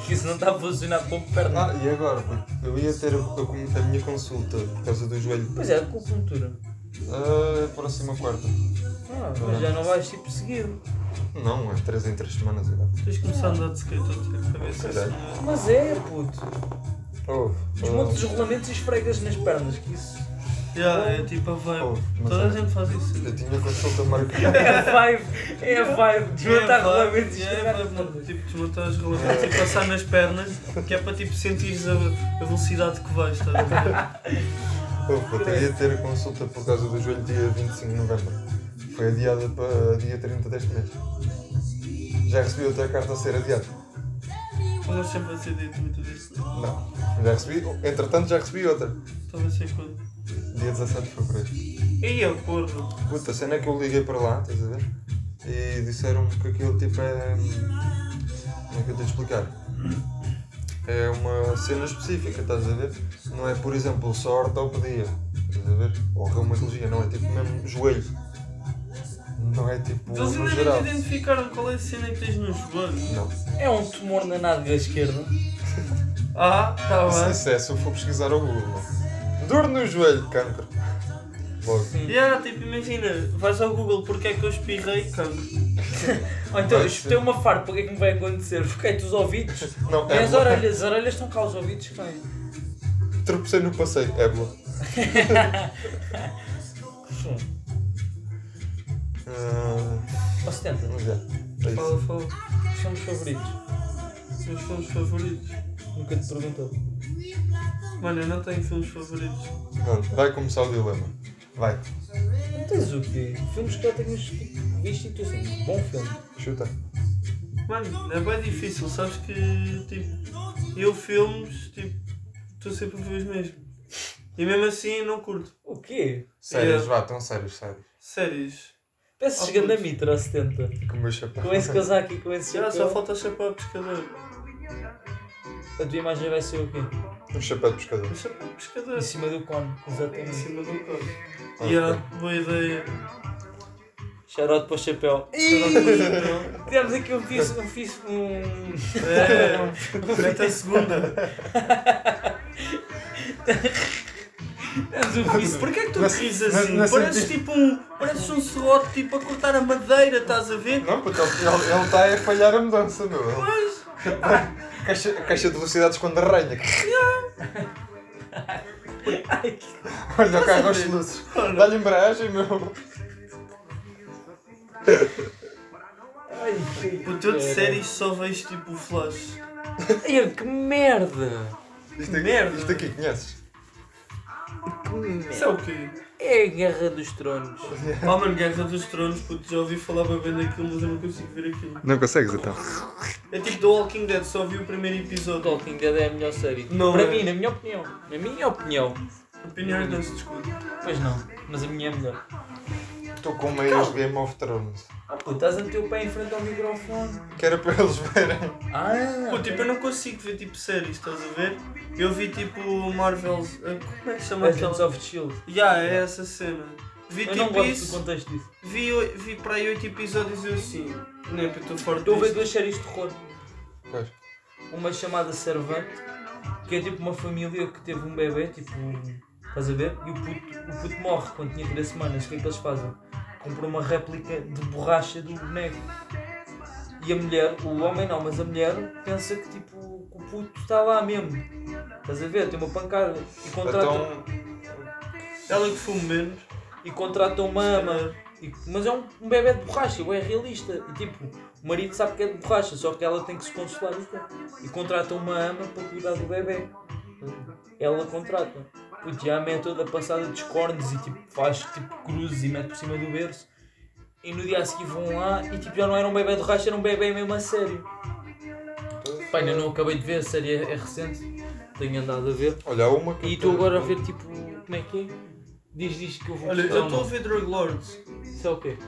Speaker 4: Que Isso não está a funcionar como perna.
Speaker 1: Ah, e agora? puto? Eu ia ter a, a- a minha consulta por causa do joelho.
Speaker 4: Pois é, acupuntura.
Speaker 1: Ah, próxima quarta.
Speaker 4: Ah,
Speaker 2: Ah, mas já não vais tipo seguido.
Speaker 1: Não, é 3 em 3 semanas. irá.
Speaker 3: Tens começado a andar de skate outra vez para ver se
Speaker 1: Caralho.
Speaker 3: isso não é-
Speaker 2: Mas é, puto.
Speaker 1: Ouve,
Speaker 2: Desmontes os
Speaker 1: ouve,
Speaker 2: rolamentos e esfregas nas pernas, que isso.
Speaker 3: Já, é tipo a vibe.
Speaker 1: ouve, Oh, mas é.
Speaker 3: Toda a
Speaker 1: olha,
Speaker 3: gente faz isso.
Speaker 1: Eu tinha consulta marcada.
Speaker 2: É a vibe, é a vibe. Desmontar rolamentos e
Speaker 3: É,
Speaker 2: esfregar
Speaker 3: vai,
Speaker 2: nas
Speaker 3: mano,
Speaker 2: pernas.
Speaker 3: tipo, desmontar os rolamentos e passar nas pernas, que é para tipo sentires a, a velocidade que vais, estás a ver?
Speaker 1: Ouve, puto, eu ia ter consulta por causa do joelho dia 25 de novembro. Foi adiada para dia 30 deste mês. Já recebi outra carta a ser adiada.
Speaker 3: Estão sempre a ser dito muito disso.
Speaker 1: Não, já recebi. Entretanto, já recebi outra.
Speaker 3: Estão a ser quando.
Speaker 1: Dia 17 de fevereiro.
Speaker 3: E eu, porra.
Speaker 1: Puta, a cena é que eu liguei para lá, estás a ver? E disseram-me que aquilo tipo é. Como é que eu tenho de explicar? É uma cena específica, estás a ver? Não é, por exemplo, só ortopedia, estás a ver? Ou reumatologia, não é tipo mesmo joelho. Não é tipo
Speaker 3: Eles
Speaker 1: no
Speaker 3: ainda nem
Speaker 1: geral.
Speaker 3: te identificaram qual é a cena que tens no joelho.
Speaker 1: Não.
Speaker 2: É um tumor na nádega esquerda.
Speaker 3: Ah, tá
Speaker 1: Se
Speaker 3: bem.
Speaker 1: isso é, se eu for pesquisar ao Google. não. Dor no joelho, cancro. Logo.
Speaker 3: Yeah, tipo, imagina, vais ao Google porque é que eu espirrei, cancro.
Speaker 2: Ou então,
Speaker 1: Vai ser.
Speaker 2: espetei uma farpa, o que é que me vai acontecer? Fiquei-te os ouvidos.
Speaker 1: Não,
Speaker 3: É
Speaker 2: E as
Speaker 1: ébola.
Speaker 2: orelhas, as orelhas estão cá os ouvidos, bem.
Speaker 1: Tropecei no passeio, ébola. Ah,
Speaker 2: Ou 70,
Speaker 1: vamos ver. É isso.
Speaker 3: Fala, fala.
Speaker 2: os filmes favoritos.
Speaker 3: Os meus filmes favoritos.
Speaker 2: Nunca te perguntou.
Speaker 3: Mano, eu não tenho filmes favoritos.
Speaker 1: Pronto, vai começar o dilema. Vai,
Speaker 2: Não tens o quê? Filmes que eu tenho tipo, visto e tu assim, bom filme.
Speaker 1: chuta.
Speaker 3: Mano, é bem difícil, sabes que, tipo, eu filmes, tipo, estou sempre a ver os mesmos. E mesmo assim não curto.
Speaker 2: O quê?
Speaker 1: Sérios,
Speaker 3: É.
Speaker 1: vá, tão sérios, sérios.
Speaker 3: Séries.
Speaker 2: Peças
Speaker 3: Oh,
Speaker 2: chegando a
Speaker 3: putz.
Speaker 2: mitra ao 70.
Speaker 1: Com o meu chapéu.
Speaker 2: Com esse casaco e com esse
Speaker 3: Já, só
Speaker 2: chapéu.
Speaker 3: falta chapar a pescador.
Speaker 2: A tua imagem vai ser o quê?
Speaker 1: Um chapéu de pescador.
Speaker 3: Um chapar a pescador.
Speaker 2: Em cima do cone,
Speaker 3: Em
Speaker 2: exatamente.
Speaker 3: cima do corpo.
Speaker 1: Ah,
Speaker 3: Yeah, boa ideia.
Speaker 2: Charote para o chapéu.
Speaker 3: Ih!
Speaker 2: Tivemos aqui um fiz, um fiz, um...
Speaker 3: É, feita a segunda.
Speaker 2: Tivemos um fiz...
Speaker 3: Porquê é que tu
Speaker 1: Não-
Speaker 3: dizes
Speaker 1: não-
Speaker 3: assim?
Speaker 1: não
Speaker 3: pareces tipo um. Pareces um serrote tipo a cortar a madeira, estás a ver?
Speaker 1: Não, puto, ele está a falhar a mudança, meu. Ele-
Speaker 3: Mas,
Speaker 1: Caixa, a caixa de velocidades quando arranha.
Speaker 2: Ai, que-
Speaker 1: Olha o carro aos luzes.
Speaker 3: Olha.
Speaker 1: Dá-lhe embreagem, meu.
Speaker 2: Ai, que...
Speaker 3: o teu de séries só vejo tipo o flash.
Speaker 6: Ai, que merda!
Speaker 1: Isto aqui,
Speaker 3: Merda.
Speaker 1: isto aqui conheces?
Speaker 6: Que merda!
Speaker 3: Isso é o quê?
Speaker 6: É a Guerra dos Tronos.
Speaker 3: Ah, mano, Guerra dos Tronos, puto, já ouvi falar bem daquilo, mas eu não consigo ver aquilo.
Speaker 1: Não consegues então?
Speaker 3: É tipo The Walking Dead, só vi o primeiro episódio.
Speaker 6: Talking Dead é a melhor série.
Speaker 3: Não
Speaker 6: Para
Speaker 3: é.
Speaker 6: mim, na minha opinião. Na minha opinião.
Speaker 3: Opiniões não se discute.
Speaker 2: Pois não, mas a minha é melhor.
Speaker 1: Estou com meias de Game of Thrones.
Speaker 2: Ah, pô, estás a meter o pé em frente ao microfone.
Speaker 1: Que era para eles verem.
Speaker 2: Ah,
Speaker 3: Pô, tipo, eu não consigo ver tipo séries, estás a ver? Eu vi tipo Marvel's. eh, Como é que chama
Speaker 2: Agents
Speaker 3: aquela?
Speaker 2: of Shield.
Speaker 3: Já, é essa cena. Vi
Speaker 2: tipo, Eu não
Speaker 3: tipo
Speaker 2: gosto do
Speaker 3: isso,
Speaker 2: contexto disso.
Speaker 3: vi, oi- vi para aí 8 episódios e eu assim. Nem para tu forte.
Speaker 2: Estou a ver
Speaker 3: disto.
Speaker 2: duas séries de terror.
Speaker 1: Pois.
Speaker 2: Uma chamada Servante, que é tipo uma família que teve um bebê, tipo. Estás a ver? E o puto, o puto morre quando tinha 3 semanas. O que é que eles fazem? Compram uma réplica de borracha do boneco. E a mulher, o homem não, mas a mulher pensa que tipo que o puto está lá mesmo. Estás a ver? Tem uma pancada. E contrata,
Speaker 1: Então,
Speaker 3: Ela que fume menos.
Speaker 2: e contrata uma ama. E- mas é um, um bebê de borracha, é realista. E tipo, o marido sabe que é de borracha, só que ela tem que se consolar e tal. E contrata uma ama para cuidar do bebê. Ela contrata. Puto, e a ama é toda passada de cornos e tipo, faz tipo cruzes e mete por cima do berço. E no dia a seguir vão lá e tipo, já não era um bebê de borracha, era um bebê mesmo a sério.
Speaker 1: Então,
Speaker 2: Pá, ainda não acabei de ver, a série é, é recente. Tenho andado a ver.
Speaker 1: olha, há uma que.
Speaker 6: E
Speaker 1: eu
Speaker 6: estou
Speaker 1: tenho-
Speaker 6: agora a ver tipo. Como é que é? Diz, diz que eu vou
Speaker 3: Olha,
Speaker 6: pesquisar
Speaker 2: um
Speaker 3: eu
Speaker 6: o
Speaker 3: estou a
Speaker 6: nome.
Speaker 3: ver Drug Lords.
Speaker 6: Isso é o quê?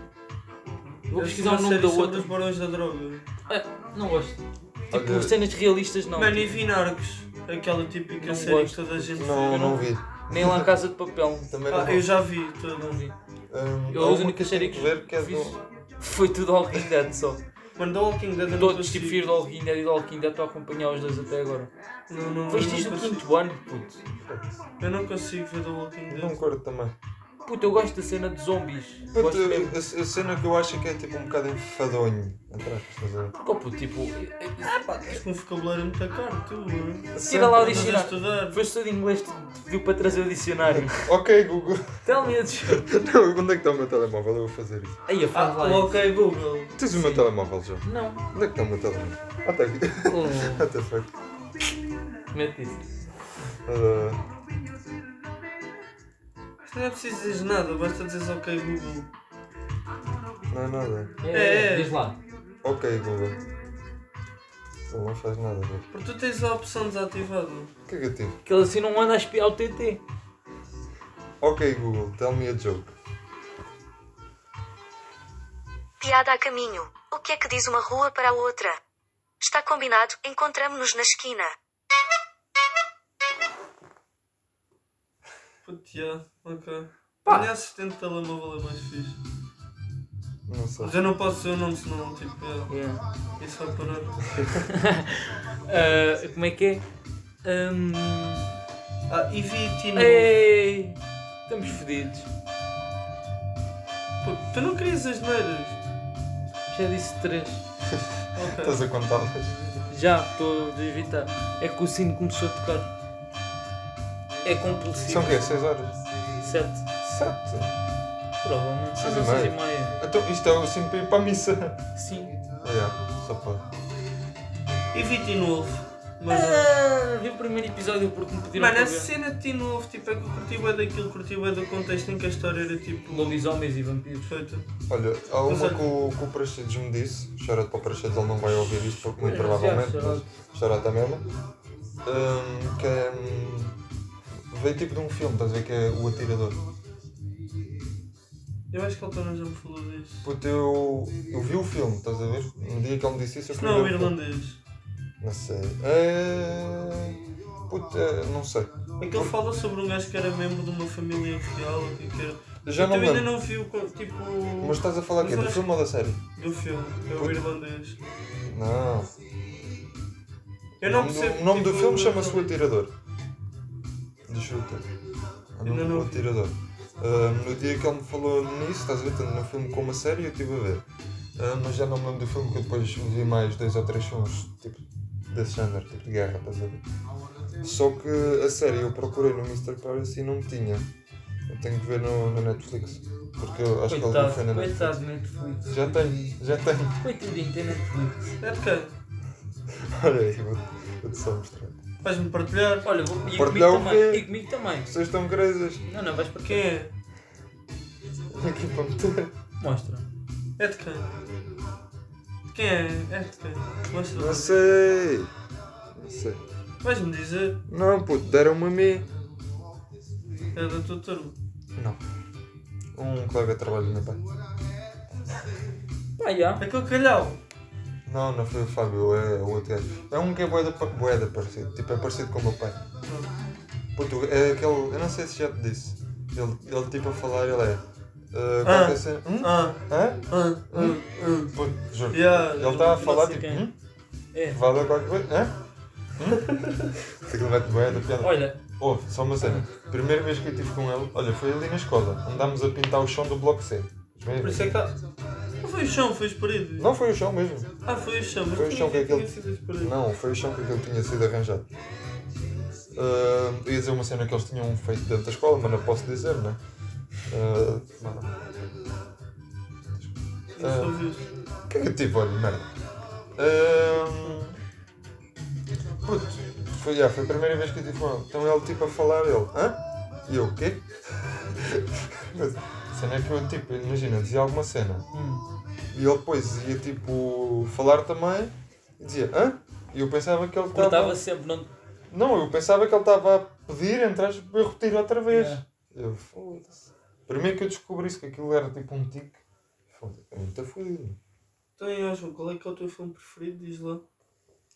Speaker 6: Vou
Speaker 3: É
Speaker 6: pesquisar
Speaker 3: uma
Speaker 6: o nome
Speaker 3: série
Speaker 6: da
Speaker 3: sobre
Speaker 6: outra.
Speaker 3: Os barões da droga.
Speaker 6: Ah, não gosto. Tipo,
Speaker 1: Olha-
Speaker 6: cenas realistas não.
Speaker 2: tipo,
Speaker 3: Mano, e vi Narcos, aquela típica
Speaker 6: Não
Speaker 3: série
Speaker 6: gosto.
Speaker 3: que toda a gente
Speaker 1: Não,
Speaker 6: Eu
Speaker 1: não
Speaker 6: não-
Speaker 1: vi.
Speaker 6: Tipo, Nem lá em Casa de Papel.
Speaker 1: Também não
Speaker 3: Ah,
Speaker 1: vi.
Speaker 3: eu já vi
Speaker 6: Não
Speaker 3: tudo.
Speaker 6: vi.
Speaker 1: Hum,
Speaker 6: Eu
Speaker 1: há
Speaker 6: a
Speaker 1: uma
Speaker 6: única
Speaker 1: eu
Speaker 6: série
Speaker 1: tenho
Speaker 6: que
Speaker 1: que ver que é
Speaker 6: fiz
Speaker 1: do.
Speaker 6: foi tudo Walking Dead só.
Speaker 3: Mano, The Walking Dead eu não
Speaker 6: Todos tipo Fear the
Speaker 3: consigo.
Speaker 6: Walking Dead e The Walking Dead para acompanhar os dois até agora.
Speaker 3: Não, não, eu
Speaker 6: Viste isto
Speaker 3: não
Speaker 6: no
Speaker 3: consigo.
Speaker 6: quinto ano, puto.
Speaker 3: Eu não consigo ver The Walking
Speaker 1: Não
Speaker 3: Dead.
Speaker 1: curto também.
Speaker 2: Puta, eu gosto da cena de zombies.
Speaker 1: Puto,
Speaker 2: Gosto mesmo.
Speaker 1: a, a cena que eu acho é que é tipo um bocado enfadonho. Entre aspas, estás a ver?
Speaker 2: Porque, oh, puto, tipo. eh, eh, pá,
Speaker 3: Tens com um vocabulário muito caro, tu, mano.
Speaker 2: Tira lá o
Speaker 3: Andas a
Speaker 2: dicionário.
Speaker 3: estudar.
Speaker 2: Foi estudo de inglês que pediu para trazer o dicionário.
Speaker 1: Ok, Google.
Speaker 2: Tell me a desculpa.
Speaker 1: Não, onde é que está o meu telemóvel? Eu vou fazer isso.
Speaker 2: Aí eu
Speaker 3: Ah,
Speaker 2: falo lá.
Speaker 3: o ok Google.
Speaker 1: Tens o meu telemóvel, João?
Speaker 2: Não.
Speaker 1: Onde é que está o meu telemóvel? Ah, está aqui. Ah, tá
Speaker 2: Oh,
Speaker 1: What the fuck?
Speaker 2: Mete isso.
Speaker 1: Ah,
Speaker 3: Mas não é preciso dizer nada, basta dizer ok Google.
Speaker 1: não é nada.
Speaker 2: É,
Speaker 3: É, é.
Speaker 2: Diz lá.
Speaker 1: Ok, Google. Ele não faz nada, João.
Speaker 3: Porque tu tens a opção desativada.
Speaker 1: O que é que eu tive?
Speaker 2: Que ele assim não anda a espiar o TT.
Speaker 1: Ok, Google, tell me a joke.
Speaker 7: Piada a caminho. O que é que diz uma rua para a outra? Está combinado, encontramos-nos na esquina.
Speaker 3: Puto, já, ok.
Speaker 2: Pá.
Speaker 3: Minha assistente de telemóvel é mais fixe.
Speaker 1: Não sei.
Speaker 3: Mas eu não posso dizer o nome senão, tipo, é.
Speaker 2: Yeah.
Speaker 3: Isso vai parar.
Speaker 2: Ah, como é que é? Hum,
Speaker 3: Ah, e vi Tino.
Speaker 2: ei, estamos fodidos.
Speaker 3: Pô, tu não querias as neiras?
Speaker 2: Já disse três.
Speaker 3: Ok.
Speaker 1: Estás a contá-las?
Speaker 2: Já, estou a evitar. É que o sino começou a tocar. É compulsivo.
Speaker 1: São o quê? 6 horas?
Speaker 2: Sete.
Speaker 1: 7?
Speaker 2: Provavelmente.
Speaker 1: Seis
Speaker 2: não,
Speaker 1: e meia.
Speaker 2: seis e meia.
Speaker 1: Então isto é o sempre para ir para a missa.
Speaker 2: Sim.
Speaker 1: Yeah, só pode.
Speaker 3: E vi Tino Wolf. Mas,
Speaker 2: Ah, vi o primeiro episódio porque me pediram
Speaker 3: Mano, é
Speaker 1: é
Speaker 2: para
Speaker 3: a
Speaker 2: ver.
Speaker 3: cena de Teen Wolf, tipo, é que eu curti bué daquilo, curti bué do contexto em que a história era, tipo,
Speaker 2: Lobisomens e vampiros.
Speaker 3: perfeita.
Speaker 1: Olha, há
Speaker 3: Mas
Speaker 1: uma
Speaker 3: olha-
Speaker 1: que o, que o Praxedes me disse, chora para o Praxedes, ele não vai ouvir isto porque
Speaker 3: É,
Speaker 1: muito
Speaker 2: Já,
Speaker 1: provavelmente,
Speaker 2: shout-out.
Speaker 1: mas chora mesmo. Hum, que é. hum, veio tipo de um filme, estás a ver que é O Atirador.
Speaker 3: Eu acho que ele também já me falou disso.
Speaker 1: Puto, eu, eu vi o filme, estás a ver? No dia que ele me disse isso, eu
Speaker 3: Se
Speaker 1: fui
Speaker 3: não, é
Speaker 1: ver
Speaker 3: o
Speaker 1: filme.
Speaker 3: irlandês.
Speaker 1: Não sei. É... Puto, é, não sei.
Speaker 3: Aquele fala sobre um gajo que era membro de uma família real, o que que era.
Speaker 1: Eu já
Speaker 3: tu
Speaker 1: não me
Speaker 3: ainda
Speaker 1: lembro.
Speaker 3: não vi o, co- tipo,
Speaker 1: Mas tá- estás a falar aqui
Speaker 3: Mas
Speaker 1: do
Speaker 3: eu-
Speaker 1: filme ou da série?
Speaker 3: do filme, é o
Speaker 1: Puta.
Speaker 3: irlandês.
Speaker 1: Não.
Speaker 3: Eu não
Speaker 1: O nome do-
Speaker 3: percebo,
Speaker 1: O nome do
Speaker 3: tipo,
Speaker 1: filme chama-se O Atirador. De shooter. O nome
Speaker 3: Ainda não
Speaker 1: do
Speaker 3: vi.
Speaker 1: Atirador. Ahm, no dia que ele me falou nisso, estás a ver, tanto no filme como a série, eu estive a ver. Ahm, mas já não me lembro do filme, que eu depois vi mais dois ou três filmes, tipo, desse género, tipo de guerra, estás a ver? Só que a série eu procurei no Mr. Paris e não tinha. Eu tenho que ver no, na Netflix. Porque eu acho que ele não foi na Netflix.
Speaker 2: Coitado, coitado de Netflix.
Speaker 1: Já tenho, já tenho.
Speaker 2: Coitadinho, tem Netflix.
Speaker 3: É de quem?
Speaker 1: Olha aí, vou- vou-te só mostrar.
Speaker 3: Vais-me partilhar?
Speaker 2: Olha, vou, e comigo
Speaker 1: Partilhar o
Speaker 2: também.
Speaker 1: quê?
Speaker 2: E comigo também.
Speaker 1: Vocês estão crazes.
Speaker 2: Não, não, vais para
Speaker 3: Quem é?
Speaker 1: Aqui para meter.
Speaker 2: Mostra.
Speaker 3: É de quem? Quem é? É de quem? Mostra
Speaker 1: Não sei. Não sei.
Speaker 3: Vais-me dizer?
Speaker 1: Não, puto, deram-me a mim.
Speaker 3: É da tua turma.
Speaker 1: Não. Um colega de trabalho na PAN.
Speaker 2: Pá, já.
Speaker 3: Aquele calhau.
Speaker 1: Não, não foi o Fábio, é o outro gajo. É um que é boeda, boeda parecido. Tipo, é parecido com o meu pai. Puto, é aquele. Eu não sei se já te disse. Ele, ele tipo a falar, ele é. Uh, qualquer
Speaker 3: Ah.
Speaker 1: cena- Hum?
Speaker 3: Ah,
Speaker 1: Hã?
Speaker 3: ah, ah, ah.
Speaker 1: Puto, juro.
Speaker 3: Yeah,
Speaker 1: ele está a
Speaker 2: não
Speaker 1: falar
Speaker 2: sei
Speaker 1: tipo.
Speaker 2: quem.
Speaker 1: Hum?
Speaker 2: É.
Speaker 1: Vai dar qualquer coisa? Hã? Hum? Aquilo mete boeda, piada.
Speaker 2: Olha,
Speaker 1: Ouve, só uma cena. Primeira vez que eu estive com ele, olha, foi ali na escola. Andámos a pintar o chão do bloco C. Bem,
Speaker 3: Por isso é que há- Não foi o chão, foi as paredes.
Speaker 1: Não foi o chão mesmo.
Speaker 3: Ah, foi o chão. mas
Speaker 1: Foi o
Speaker 3: como
Speaker 1: chão
Speaker 3: é
Speaker 1: que aquele-
Speaker 3: tinha sido as paredes?
Speaker 1: Não, foi o chão que ele tinha sido arranjado. Ah, eu ia dizer uma cena que eles tinham feito dentro da escola, mas não posso dizer, não é? Ah, mano,
Speaker 3: Não só vi isso.
Speaker 1: o que é que eu tive, olha, merda? Ah, puto, foi, já, foi a primeira vez que eu estive com ele. Então ele tipo a falar, ele, hã? E eu, o quê? a cena é que eu, tipo, imagina, dizia alguma cena.
Speaker 2: hum,
Speaker 1: E ele depois ia tipo falar também e dizia hã? E eu pensava que ele
Speaker 2: cortava
Speaker 1: estava.
Speaker 2: sempre. Não...
Speaker 1: Não, eu pensava que ele estava a pedir, entre aspas, para eu repetir outra vez.
Speaker 2: Yeah.
Speaker 1: Eu foda-se. Primeiro que eu descobrisse que aquilo era tipo um tique, foda-se, é muito fodido.
Speaker 3: Então, e, ó, João, qual é que é o teu filme preferido? Diz lá.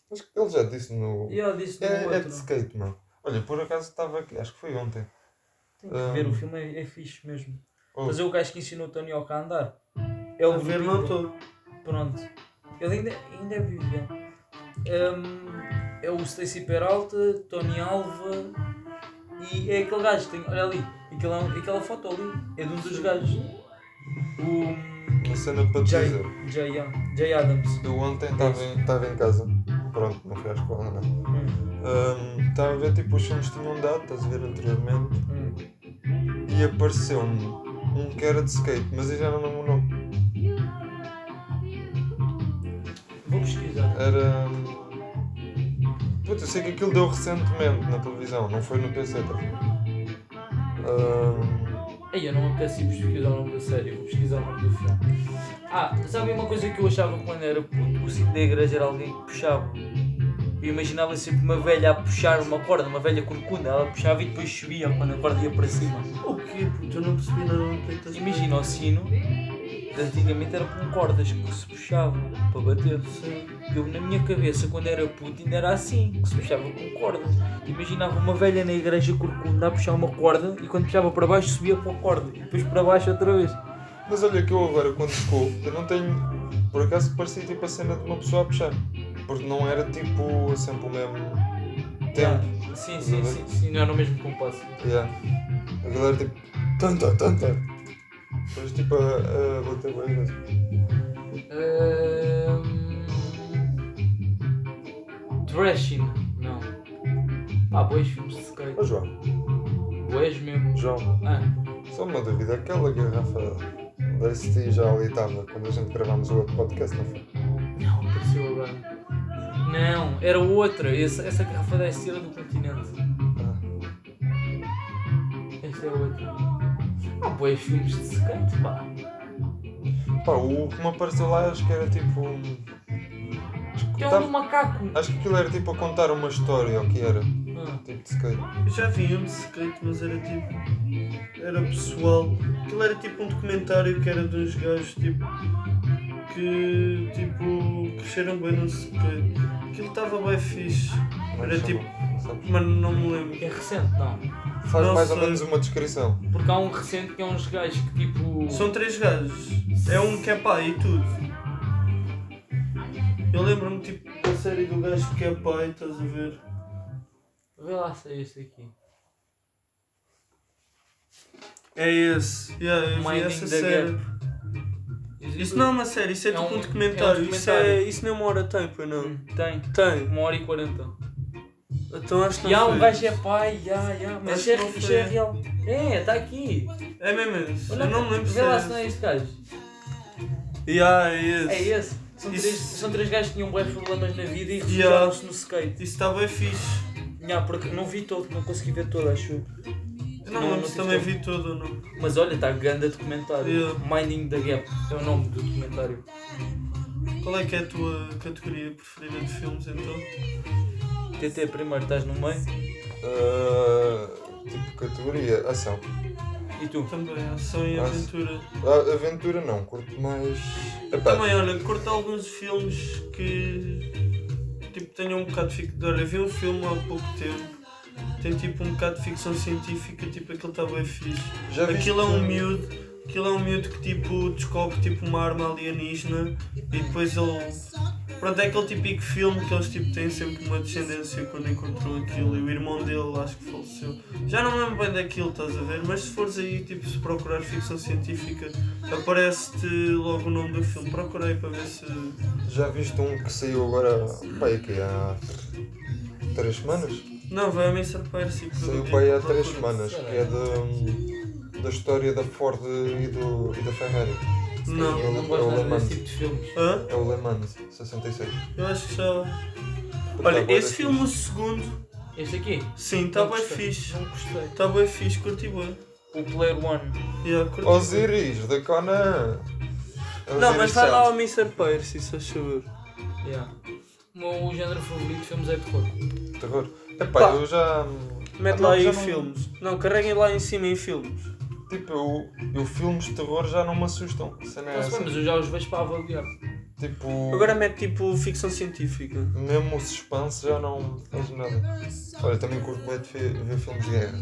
Speaker 1: Mas ele já disse no.
Speaker 2: E ela disse no
Speaker 1: É, é de
Speaker 2: outro.
Speaker 1: skate, mano. Olha, por acaso estava aqui, acho que foi ontem.
Speaker 2: Tem que ver,
Speaker 1: Hum.
Speaker 2: o filme é, é fixe mesmo.
Speaker 1: Oh,
Speaker 2: Mas é o gajo que ensinou o Tony Hawk a andar. É o
Speaker 3: a ver, não
Speaker 2: grupinho.
Speaker 3: estou.
Speaker 2: Pronto. Ele ainda, ainda é vivo, é já. Hum, é o Stacy Peralta, Tony Alva,
Speaker 4: E é aquele gajo que tem. Olha ali, aquela, aquela foto ali é de um dos gajos.
Speaker 2: hum,
Speaker 4: O.
Speaker 1: Uma cena para te
Speaker 4: Jay,
Speaker 1: dizer.
Speaker 4: Jay, Young- Jay Adams.
Speaker 1: Eu ontem estava em, tava em casa. Pronto, não fui à escola, não.
Speaker 2: Hum,
Speaker 1: Ahm, Estava a ver tipo os filmes que tinham dado, estás a ver anteriormente.
Speaker 4: Hum.
Speaker 1: E apareceu-me um que era de skate, mas eu já não lembro o nome.
Speaker 4: Vou pesquisar.
Speaker 1: Era. Puta, eu sei que aquilo deu recentemente na televisão, não foi no PC, tá? Hum, Ahm,
Speaker 2: Ei, eu não me apetece ir pesquisar o nome da série, vou pesquisar o nome do filme.
Speaker 4: Ah, sabe uma coisa que eu achava que quando era puto? O sítio da igreja era alguém que puxava. Eu imaginava sempre uma velha a puxar uma corda, uma velha corcunda. Ela puxava e depois subia quando a corda ia para cima.
Speaker 3: O quê? Puto, eu não percebi nada do que é que estás
Speaker 4: Imagina o sino. Antigamente era com cordas que se puxava para bater. Eu na minha cabeça, quando era puto, ainda era assim, que se puxava com cordas. Imaginava uma velha na igreja corcunda a puxar uma corda e quando puxava para baixo subia para a corda e depois para baixo outra vez.
Speaker 1: Mas olha que eu agora quando ficou, eu não tenho. Por acaso parecia tipo a cena de uma pessoa a puxar. Porque não era tipo sempre o mesmo tempo.
Speaker 3: um-
Speaker 4: Ah, Sim, sim, sim, sim,
Speaker 2: é
Speaker 4: não era o mesmo compasso.
Speaker 1: Yeah. A galera tipo. Tanta, tanta. Depois tipo a, a bater bem. mas-
Speaker 2: Ahm, Thrashing, não. Pá, bois filmes de
Speaker 1: Ó
Speaker 2: skate.
Speaker 1: João,
Speaker 2: Bois mesmo.
Speaker 1: João, é?
Speaker 2: Ah,
Speaker 1: só uma dúvida, aquela garrafa da ST já ali estava quando a gente gravámos o outro podcast, não foi?
Speaker 2: não, apareceu agora. Não, era outra. Essa, essa garrafa da Estela do Continente.
Speaker 1: Ah,
Speaker 2: Esta é outra. Há bois filmes de skate, pá.
Speaker 1: Pá, o que me apareceu lá acho que era tipo. acho que
Speaker 3: Tá.
Speaker 2: Que é o
Speaker 1: tava-
Speaker 2: do macaco.
Speaker 1: Acho que aquilo era tipo a contar uma história, ou que era?
Speaker 2: Ah.
Speaker 1: Tipo de skate.
Speaker 3: Eu já vi um de skate, mas era tipo. Era pessoal. Aquilo era tipo um documentário que era de uns gajos tipo. que tipo. cresceram bem no skate. Aquilo estava bem fixe.
Speaker 1: Como é que
Speaker 3: Era
Speaker 1: chama?
Speaker 3: tipo.
Speaker 1: Não sabes?
Speaker 3: Mano, não me lembro.
Speaker 2: É recente, não.
Speaker 1: Faz
Speaker 3: Não
Speaker 1: mais ou
Speaker 3: sei.
Speaker 1: menos uma descrição.
Speaker 2: Porque há um recente que é uns gajos que tipo.
Speaker 3: São três gajos. É um que é pai e tudo. Eu lembro-me tipo da série do gajo que é pai, estás a ver?
Speaker 2: Vê lá se é este aqui.
Speaker 3: É esse. Yeah, eu vi
Speaker 2: Minding
Speaker 3: essa
Speaker 2: the
Speaker 3: série.
Speaker 2: Gap.
Speaker 3: Isso não é uma série, isso é,
Speaker 2: É
Speaker 3: tipo
Speaker 2: um-
Speaker 3: um documentário.
Speaker 2: é um
Speaker 3: Isso, é,
Speaker 2: documentário.
Speaker 3: isso nem uma hora tem, pois não?
Speaker 2: Tem.
Speaker 3: Tem.
Speaker 2: Uma hora e quarenta.
Speaker 3: Então acho que não
Speaker 2: E há um
Speaker 3: foi.
Speaker 2: gajo é pai, já, já, mas
Speaker 3: Acho
Speaker 2: isto é,
Speaker 3: que não
Speaker 2: isto
Speaker 3: foi.
Speaker 2: é real. É, está aqui.
Speaker 3: É mesmo esse.
Speaker 2: Olha,
Speaker 3: Eu não me lembro se
Speaker 2: Vê
Speaker 3: é
Speaker 2: lá se não é
Speaker 3: esse.
Speaker 2: este gajo.
Speaker 3: Yeah, é esse.
Speaker 2: É esse. São,
Speaker 3: Isso-
Speaker 2: Três, são três gajos que tinham bué problemas na vida e
Speaker 3: Já.
Speaker 4: Refugiaram-se no skate.
Speaker 3: Isso está bem fixe.
Speaker 4: Nhá, porque não vi todo, não consegui ver todo, acho eu.
Speaker 3: Eu não,
Speaker 4: Não,
Speaker 3: me lembro
Speaker 4: não
Speaker 3: se
Speaker 4: sei
Speaker 3: também
Speaker 4: se
Speaker 3: vi todo ou não.
Speaker 4: Mas olha,
Speaker 2: tá
Speaker 4: está grande documentário.
Speaker 3: Yeah.
Speaker 4: Minding the Gap é o nome do documentário.
Speaker 3: Qual é que é a tua categoria preferida de filmes então?
Speaker 4: TT, primeiro estás no meio.
Speaker 1: Ah, tipo categoria. Ação.
Speaker 4: E tu?
Speaker 3: Também, ação e
Speaker 1: Nossa.
Speaker 3: aventura.
Speaker 1: Ah, aventura não, curto mais. Epá,
Speaker 3: Também, olha, curto Então, alguns filmes que tipo tenham um bocado de ficção. Olha, vi um filme há pouco tempo. Tem tipo um bocado de ficção científica, tipo aquilo está bem fixe.
Speaker 1: já viste-
Speaker 3: Aquilo é um miúdo, aquilo é um miúdo que tipo descobre tipo uma arma alienígena e depois ele. Pronto, é aquele típico filme que eles tipo têm sempre uma descendência quando encontram aquilo e o irmão dele acho que faleceu. Já não me lembro bem daquilo, estás a ver? Mas se fores aí, tipo, se procurar ficção científica, aparece-te logo o nome do filme. Procura aí para ver se.
Speaker 1: Já viste um que saiu agora. Pai, que é há. três semanas?
Speaker 3: Não, vai a Mr. Percy. que eu
Speaker 1: Saiu
Speaker 3: digo,
Speaker 1: pai há
Speaker 3: procura.
Speaker 1: três semanas, que é de, da história da Ford e, do, e da Ferrari.
Speaker 3: Não.
Speaker 2: Eu não
Speaker 1: É o
Speaker 2: gosto nada
Speaker 1: Lemans.
Speaker 2: desse tipo de filmes.
Speaker 3: Hã?
Speaker 1: É o Le Mans 66.
Speaker 3: Eu acho que já.
Speaker 1: Puta,
Speaker 3: Olha,
Speaker 1: agora é
Speaker 3: esse filme, o segundo,
Speaker 2: Este aqui?
Speaker 3: sim, está
Speaker 2: Não
Speaker 3: bem
Speaker 2: gostei.
Speaker 3: Tá fixe.
Speaker 2: Não gostei.
Speaker 3: Está bem fixe, curti bem.
Speaker 4: O Player One.
Speaker 3: Yeah, curti bem.
Speaker 1: Osiris, da Conan!
Speaker 3: Não, mas vai lá ao
Speaker 1: Sound.
Speaker 3: Mr. Percy, se faz favor.
Speaker 2: Yeah. O meu género favorito de filmes é terror.
Speaker 1: Terror. Epá,
Speaker 3: Pá.
Speaker 1: eu já.
Speaker 3: Mete
Speaker 1: Ah, não,
Speaker 3: lá
Speaker 1: já
Speaker 3: em
Speaker 1: não-
Speaker 3: filmes. Não, carreguem lá em cima em filmes.
Speaker 1: Tipo, eu, eu filmes de terror já não me assustam. A Cena é
Speaker 2: Está-se
Speaker 1: essa.
Speaker 2: bem, mas eu já os vejo para avaliar.
Speaker 1: Tipo,
Speaker 3: Agora mete tipo ficção científica.
Speaker 1: mesmo o suspense já não me faz nada. Olha, também curto bem de fi- ver filmes de guerra.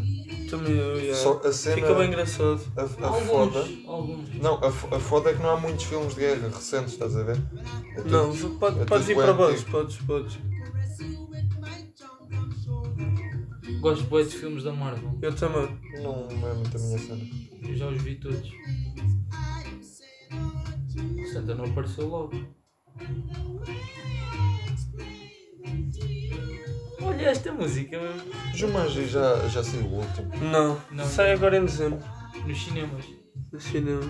Speaker 3: Também eu, yeah.
Speaker 1: Só a cena.
Speaker 3: Fica bem engraçado.
Speaker 1: a, a
Speaker 2: Alguns.
Speaker 1: foda.
Speaker 2: Alguns.
Speaker 1: Não, a, f- a foda é que não há muitos filmes de guerra recentes, estás a ver? É tudo-
Speaker 3: Não, pode-
Speaker 1: é
Speaker 3: podes
Speaker 1: tudo
Speaker 3: ir para
Speaker 1: bué
Speaker 3: baixo,
Speaker 1: antigo.
Speaker 3: podes, podes.
Speaker 2: Gosto bué de filmes da Marvel.
Speaker 3: Eu também.
Speaker 1: Não é muito a minha cena.
Speaker 2: Eu já os vi todos. Santa não apareceu logo. Olha esta música
Speaker 1: Jumanji já, já saiu o último.
Speaker 3: Não.
Speaker 2: Não.
Speaker 3: Sai agora em dezembro.
Speaker 2: nos cinemas.
Speaker 3: No cinema.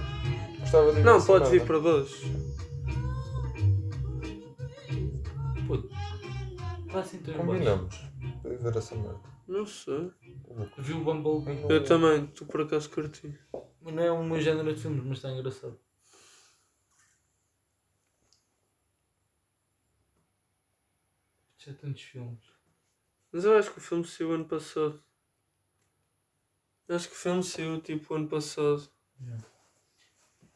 Speaker 1: Gostava de ir
Speaker 3: Não,
Speaker 1: ver
Speaker 3: podes vir
Speaker 1: Sonata.
Speaker 3: para baixo.
Speaker 2: Puto. Passa então em baixo.
Speaker 1: Combinamos. Para ir ver essa merda.
Speaker 3: Não sei.
Speaker 2: Vi o Bumblebee.
Speaker 3: Eu também, tu por acaso curti.
Speaker 2: Mas Não é o meu género de filmes, mas está engraçado. Já tantos filmes.
Speaker 3: Mas eu acho que o filme saiu ano passado. Acho que o filme saiu tipo ano passado.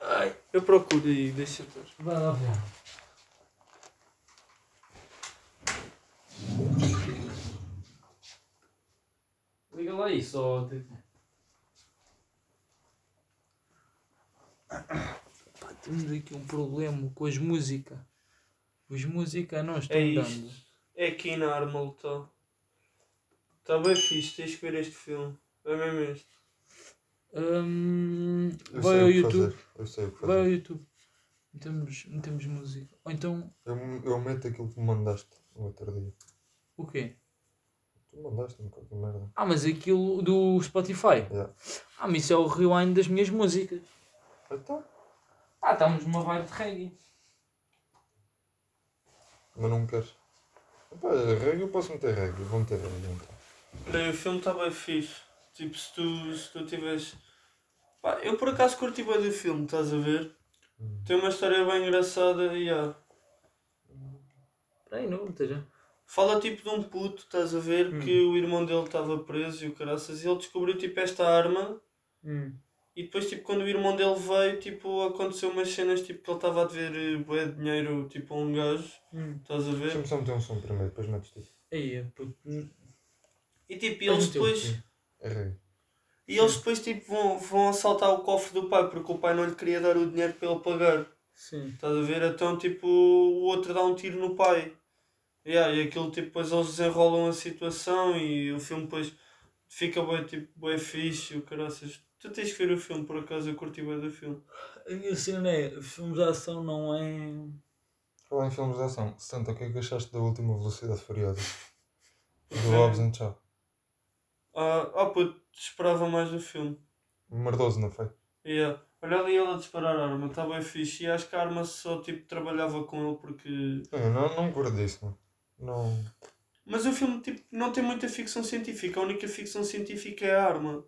Speaker 3: Ai, eu procuro aí, deixa eu ver.
Speaker 2: Vai lá ver. Liga lá isso, ó. Pá, temos aqui um problema com as músicas. As músicas não estão
Speaker 3: É
Speaker 2: dando.
Speaker 3: isto. É aqui na Arma Letal. Está bem fixe, tens que ver este filme. É mesmo este.
Speaker 2: Hum,
Speaker 1: Eu
Speaker 2: vai
Speaker 1: sei
Speaker 2: ao
Speaker 1: o que
Speaker 2: YouTube.
Speaker 1: fazer, Eu sei o que
Speaker 2: Vai ao
Speaker 1: fazer.
Speaker 2: YouTube. Metemos, metemos música. Ou então,
Speaker 1: Eu, eu meto aquilo que me mandaste no outro dia.
Speaker 2: o quê?
Speaker 1: Tu mandaste-me qualquer merda.
Speaker 2: Ah, mas aquilo do Spotify.
Speaker 1: Yeah.
Speaker 2: Ah, mas isso é o rewind das minhas músicas.
Speaker 1: Então,
Speaker 2: Ah, estamos numa vibe de reggae.
Speaker 1: mas não queres. Epá, reggae eu posso meter reggae. Vou meter reggae então.
Speaker 3: Bem, o filme está bem fixe. Tipo, se tu, se tu tiveres. Pá, eu por acaso curti bem do filme, estás a ver? Tem uma história bem engraçada e há.
Speaker 2: Peraí, não, esteja.
Speaker 3: Fala tipo de um puto, estás a ver, que o irmão dele estava preso e o caraças, e ele descobriu tipo esta arma
Speaker 2: Hum,
Speaker 3: e depois tipo quando o irmão dele veio, tipo, aconteceu umas cenas tipo que ele estava a dever eh, bué de dinheiro tipo a um gajo,
Speaker 2: Hum.
Speaker 3: estás a ver?
Speaker 1: Deixa-me só meter um som primeiro, depois metes tipo.
Speaker 2: Aí, é puto.
Speaker 3: E tipo,
Speaker 2: Mas
Speaker 3: eles
Speaker 2: meteu,
Speaker 3: depois,
Speaker 2: um sim.
Speaker 1: É reggae.
Speaker 3: e eles depois tipo vão, vão assaltar o cofre do pai porque o pai não lhe queria dar o dinheiro para ele pagar.
Speaker 2: Sim.
Speaker 3: Estás a ver? Então, tipo, o outro dá um tiro no pai. Yeah, e aquilo, tipo, depois eles desenrolam a situação e o filme depois fica bem, tipo, bem fixe. e O caraças. Tu tens que ver o filme, por acaso, eu curti bem do filme.
Speaker 2: A minha cena é, filmes de ação não é...
Speaker 1: Falar em filmes de ação. Santa, o que é que achaste da última Velocidade Furiosa? Do
Speaker 3: Ok.
Speaker 1: Hobbs and Shaw.
Speaker 3: Ah, oh, puto, esperava mais do filme.
Speaker 1: Merdoso, não foi?
Speaker 3: Yeah. Olha ali ele a disparar a arma, está bem fixe. E acho que a arma só, tipo, trabalhava com ele porque...
Speaker 1: Eu não, não curto disso, mano. Não.
Speaker 3: Mas o filme, tipo, não tem muita ficção científica. A única ficção científica é a arma.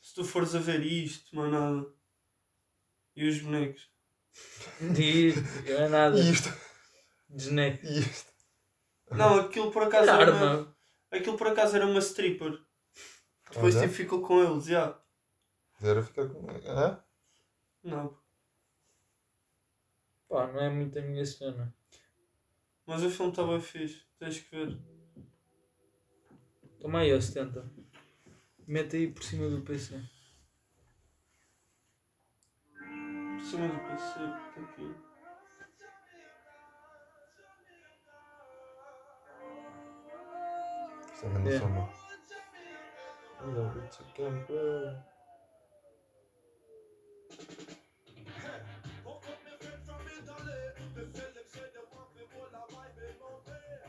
Speaker 3: Se tu fores a ver isto, mais nada. E os bonecos.
Speaker 2: Diz, não é nada.
Speaker 1: E isto?
Speaker 2: Desneco.
Speaker 1: E isto?
Speaker 3: Não, aquilo por
Speaker 2: é
Speaker 3: acaso era uma,
Speaker 2: Arma.
Speaker 3: aquilo por acaso era uma stripper. Depois
Speaker 1: Ah, já?
Speaker 3: tipo ficou com eles, já.
Speaker 1: Zero fica com. Hã?
Speaker 3: Não.
Speaker 2: Pá, não é muito a minha cena.
Speaker 3: Mas o filme estava fixe. Tens que ver.
Speaker 2: Toma aí, ó, 70. Mete aí por cima do PC.
Speaker 3: Por cima do PC. tá aqui.
Speaker 1: Isto é grande
Speaker 2: É.
Speaker 1: som, mano. Olha, o Richard Campbell.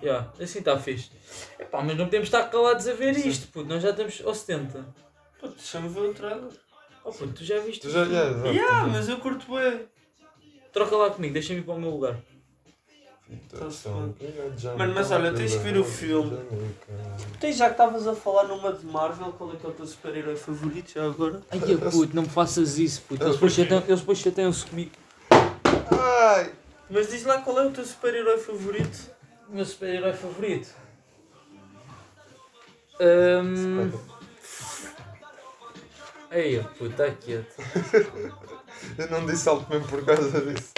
Speaker 2: Ya, assim está fixe. Epá, mas não podemos estar calados a ver isto, puto. Nós já estamos ao 70.
Speaker 3: Pô, deixa-me ver o trailer.
Speaker 2: Oh, puto, tu já viste?
Speaker 1: Tu já. Yeah, exato.
Speaker 3: Yeah, mas eu curto bem.
Speaker 2: Troca lá comigo, deixa-me ir para o meu lugar.
Speaker 1: Então, são-
Speaker 3: Mano, mas olha, tens que ver o filme. Tu Então, já que estavas a falar numa de Marvel, qual é que é o teu super-herói favorito já agora?
Speaker 2: Ai, puto, não me faças isso, puto.
Speaker 1: Eles depois
Speaker 2: chateiam- eles depois um chateiam-se comigo.
Speaker 1: Ai!
Speaker 3: Mas diz lá qual é o teu super-herói favorito.
Speaker 2: O meu super-herói favorito? Hum... Ei, puto, está quieto.
Speaker 1: Eu não disse alto mesmo por causa disso.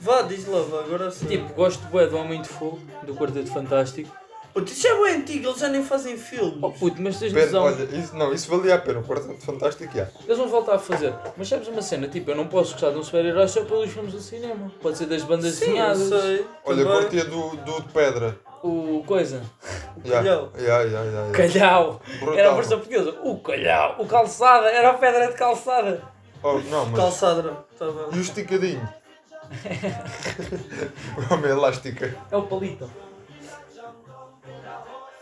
Speaker 3: Vá, diz lá, vá, agora sim.
Speaker 2: Tipo, gosto bué do Homem de Fogo, do Quarteto Fantástico.
Speaker 3: Puto, isso é bem antigo, eles já nem fazem filmes.
Speaker 2: Oh, puto, mas tens
Speaker 1: Pera,
Speaker 2: noção...
Speaker 1: olha, isso, não, isso valia a pena. O quarteto fantástico, já.
Speaker 2: Eles vão voltar a fazer. Mas sabes uma cena, tipo, eu não posso gostar de um super-herói só pelos filmes do cinema. Pode ser das bandas
Speaker 3: Sim, eu
Speaker 2: desenhadas.
Speaker 3: sei.
Speaker 1: Olha,
Speaker 3: também.
Speaker 1: curtia do, do de pedra.
Speaker 2: O coisa.
Speaker 1: Yeah,
Speaker 3: calhau.
Speaker 1: yeah, yeah, yeah, yeah.
Speaker 2: Calhau.
Speaker 1: Brutal.
Speaker 2: Era a versão portuguesa. O calhau. O calçada. Era a pedra de calçada.
Speaker 1: Oh, não, mas...
Speaker 3: Calçadra, tá
Speaker 1: E
Speaker 3: bem.
Speaker 1: o esticadinho? o homem elástica.
Speaker 2: É o palito.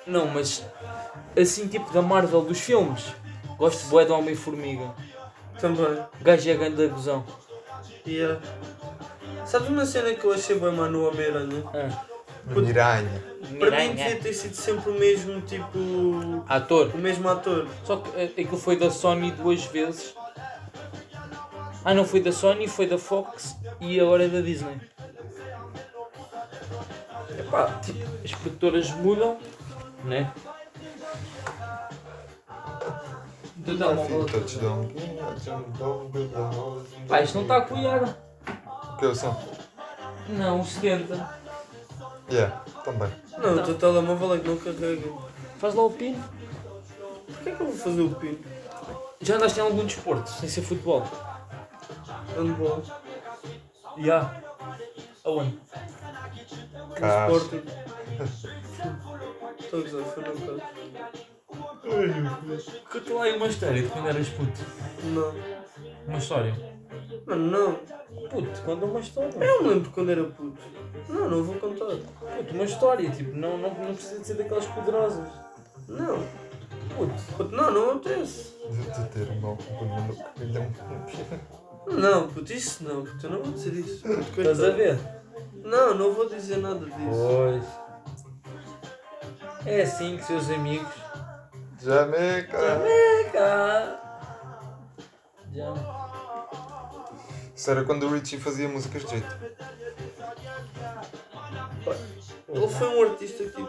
Speaker 2: Não, mas assim tipo da Marvel dos filmes. Gosto bué do Homem-Formiga.
Speaker 3: Também.
Speaker 2: O Gajo é grande da gozão.
Speaker 3: Yeah. Sabes uma cena que eu achei bem má no Homem-Aranha?
Speaker 2: Ah,
Speaker 1: Miranha.
Speaker 3: Para mim
Speaker 2: Miranha.
Speaker 3: devia ter sido sempre o mesmo tipo.
Speaker 2: Ator.
Speaker 3: o mesmo ator.
Speaker 2: Só que eh, aquilo foi da Sony duas vezes. Ah, não foi da Sony, foi da Fox e agora é da Disney. Epá, tipo, as produtoras mudam, né? Do telemóvel.
Speaker 1: Touchdown. Touchdown. touchdown.
Speaker 2: Pá, isto não tá está a cuidar.
Speaker 1: um Que é o som?
Speaker 2: Não, o 70.
Speaker 1: Yeah, também.
Speaker 2: Então.
Speaker 3: Não, o teu telemóvel é que não carrega.
Speaker 2: Faz lá o pino.
Speaker 3: Porquê que eu vou fazer o pino?
Speaker 2: Já andaste em algum desporto, sem ser futebol?
Speaker 3: Handball.
Speaker 2: Já. Aonde?
Speaker 1: Cá.
Speaker 3: No Um Sporting. Estou a gozar, foi no caso.
Speaker 2: Conta lá aí uma história de quando eras puto.
Speaker 3: Não.
Speaker 2: Uma história.
Speaker 3: Mano, não.
Speaker 2: Puto, conta uma história.
Speaker 3: Eu me lembro quando era puto. Não, não vou contar.
Speaker 2: Puto, uma história, tipo, não, não, não precisa de ser daquelas poderosas.
Speaker 3: Não.
Speaker 2: Puto,
Speaker 3: Puto, não, não acontece.
Speaker 1: De de ter um bom companheiro que lhe dê um
Speaker 3: Não, puto, isso não, puto, eu não vou dizer isso. Puto,
Speaker 2: estás a
Speaker 3: coitado.
Speaker 2: ver?
Speaker 3: Não, não vou dizer nada disso.
Speaker 2: Pois. É assim que seus amigos. Ah.
Speaker 1: Jamaica.
Speaker 2: Cá. Já.
Speaker 1: Isso era quando o Richie fazia músicas de jeito.
Speaker 3: Ele foi um artista que.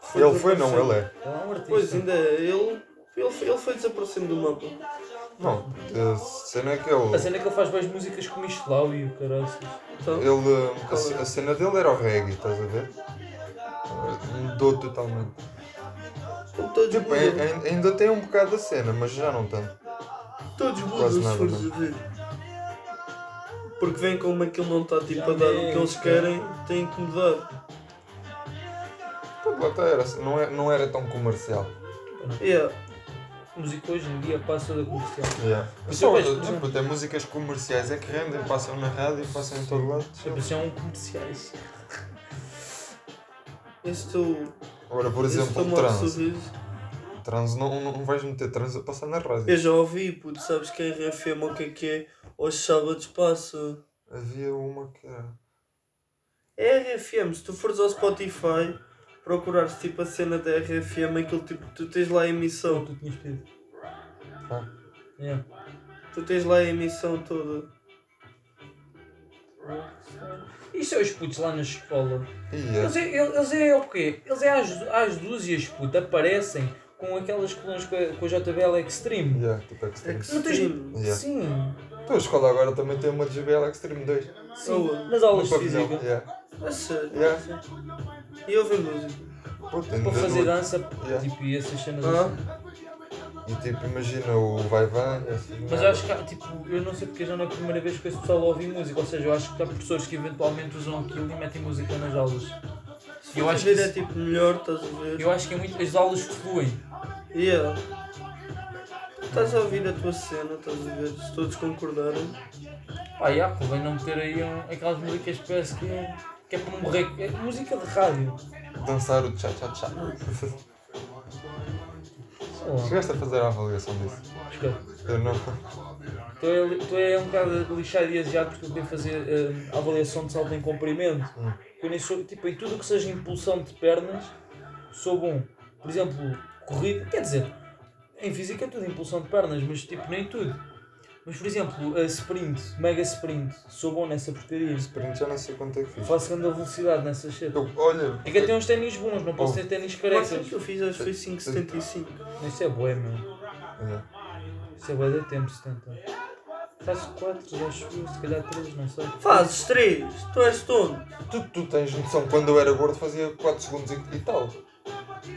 Speaker 3: foi
Speaker 1: Ele foi, não,
Speaker 3: desaparecendo.
Speaker 1: ele é.
Speaker 2: É um artista.
Speaker 3: Pois ainda é, ele. Ele, foi- ele foi desaparecendo do mapa.
Speaker 1: Não, a cena é que ele.
Speaker 2: A cena é que ele faz boas músicas com Michelau e o caralho.
Speaker 3: Então,
Speaker 1: ele um, a ce- a, cena dele era o reggae, estás a ver? Mudou totalmente.
Speaker 3: eu todos
Speaker 1: Tipo, ai-
Speaker 3: mudam.
Speaker 1: ai- ainda tem um bocado da cena, mas já não tanto.
Speaker 3: Todos mudam
Speaker 1: é quase
Speaker 3: se
Speaker 1: nada, é?
Speaker 3: fores a ver. Porque vem como aquilo não está tipo a dar o que eles querem, têm que mudar.
Speaker 1: Pô, lá está, era, não, é- não era tão comercial.
Speaker 3: Yeah.
Speaker 2: A música hoje em dia passa da comercial.
Speaker 1: Só,
Speaker 2: Mas depois-
Speaker 1: tipo, tem músicas comerciais é que rendem, passam na rádio, passam em todo lado.
Speaker 2: Sempre são um comerciais.
Speaker 3: Esse teu.
Speaker 1: Agora, por
Speaker 3: Esse teu
Speaker 1: exemplo,
Speaker 3: mau
Speaker 1: trans.
Speaker 3: sorriso.
Speaker 1: Trans, não, não vais meter trans a passar na rádio.
Speaker 3: Eu já ouvi, puto, sabes que a RFM o que é que é? Aos sábados passa.
Speaker 1: Havia uma que era.
Speaker 3: É RFM, se tu fores ao Spotify, procurares tipo a cena da RFM, aquilo tipo, tu tens lá a
Speaker 2: Então,
Speaker 3: emissão,
Speaker 2: tu tinhas pedido. É.
Speaker 1: Ah.
Speaker 2: Yeah.
Speaker 3: tu tens lá a emissão toda.
Speaker 2: E seus putos lá na escola?
Speaker 1: Ia.
Speaker 2: Eles é, eles é o quê? Eles é às, às dúzias, puto, aparecem com aquelas colunas com a, com a JBL Extreme.
Speaker 1: Ia, tipo
Speaker 3: É
Speaker 1: Extreme.
Speaker 2: Não tens...
Speaker 3: Sim.
Speaker 1: Yeah.
Speaker 2: Sim,
Speaker 1: Tua escola agora também tem uma de GBL Extreme 2.
Speaker 2: sim.
Speaker 3: Ou-
Speaker 2: Nas aulas de
Speaker 1: No pavilhão.
Speaker 2: física.
Speaker 1: Yeah.
Speaker 3: A sério.
Speaker 1: Yeah.
Speaker 3: E ouvi música.
Speaker 1: Puta, ainda
Speaker 2: Para fazer
Speaker 1: no-
Speaker 2: dança,
Speaker 1: Yeah.
Speaker 2: tipo, e essas cenas assim.
Speaker 3: Ah,
Speaker 1: E tipo, imagina o Vai assim, Van.
Speaker 2: Mas acho que, há, tipo, eu não sei porque já não é a primeira vez que esse pessoal ouve música, ou seja, eu acho que há professores que eventualmente usam aquilo e metem música nas aulas.
Speaker 3: se
Speaker 2: Eu
Speaker 3: eu
Speaker 2: acho
Speaker 3: acho
Speaker 2: que
Speaker 3: ver é
Speaker 2: isso-
Speaker 3: tipo melhor, estás a ver?
Speaker 2: Eu acho que é muito, as aulas fluem.
Speaker 3: Yeah. Tu Estás a ouvir a tua cena, estás a ver? Se todos concordarem.
Speaker 2: Pá, yeah, convém não meter aí um- aquelas músicas que parece que, que é para morrer, que é música de rádio.
Speaker 1: Dançar o tchá-tchá-tchá.
Speaker 2: Sei lá.
Speaker 1: Chegaste a fazer a avaliação disso?
Speaker 2: Escuta.
Speaker 1: Eu não.
Speaker 2: Tu é, li- tu é um bocado lixado e adiado porque eu devo fazer eh, a avaliação de salto em comprimento.
Speaker 1: Hum.
Speaker 2: Eu nem sou, tipo, em tudo o que seja impulsão de pernas, sou bom. Por exemplo, corrida, quer dizer, em física é tudo impulsão de pernas, mas tipo, nem tudo. Mas por exemplo, a sprint, mega sprint, sou bom nessa porcaria.
Speaker 1: Sprint já não sei quanto é que fiz.
Speaker 2: Faço grande velocidade nessa shit.
Speaker 1: Eu, Oh. olha.
Speaker 2: É que eu tenho uns ténis bons, não posso ter ténis
Speaker 3: O máximo
Speaker 2: carecas.
Speaker 3: que eu fiz acho que foi 5,75.
Speaker 2: Isso é bué, meu.
Speaker 1: Yeah.
Speaker 2: Isso é bué da tempo, 70. Faço 4, acho eu, se calhar 3, não sei.
Speaker 3: Fazes 3, tu és tonto.
Speaker 1: Tu, tu tens noção, quando eu era gordo fazia 4 segundos e, e tal.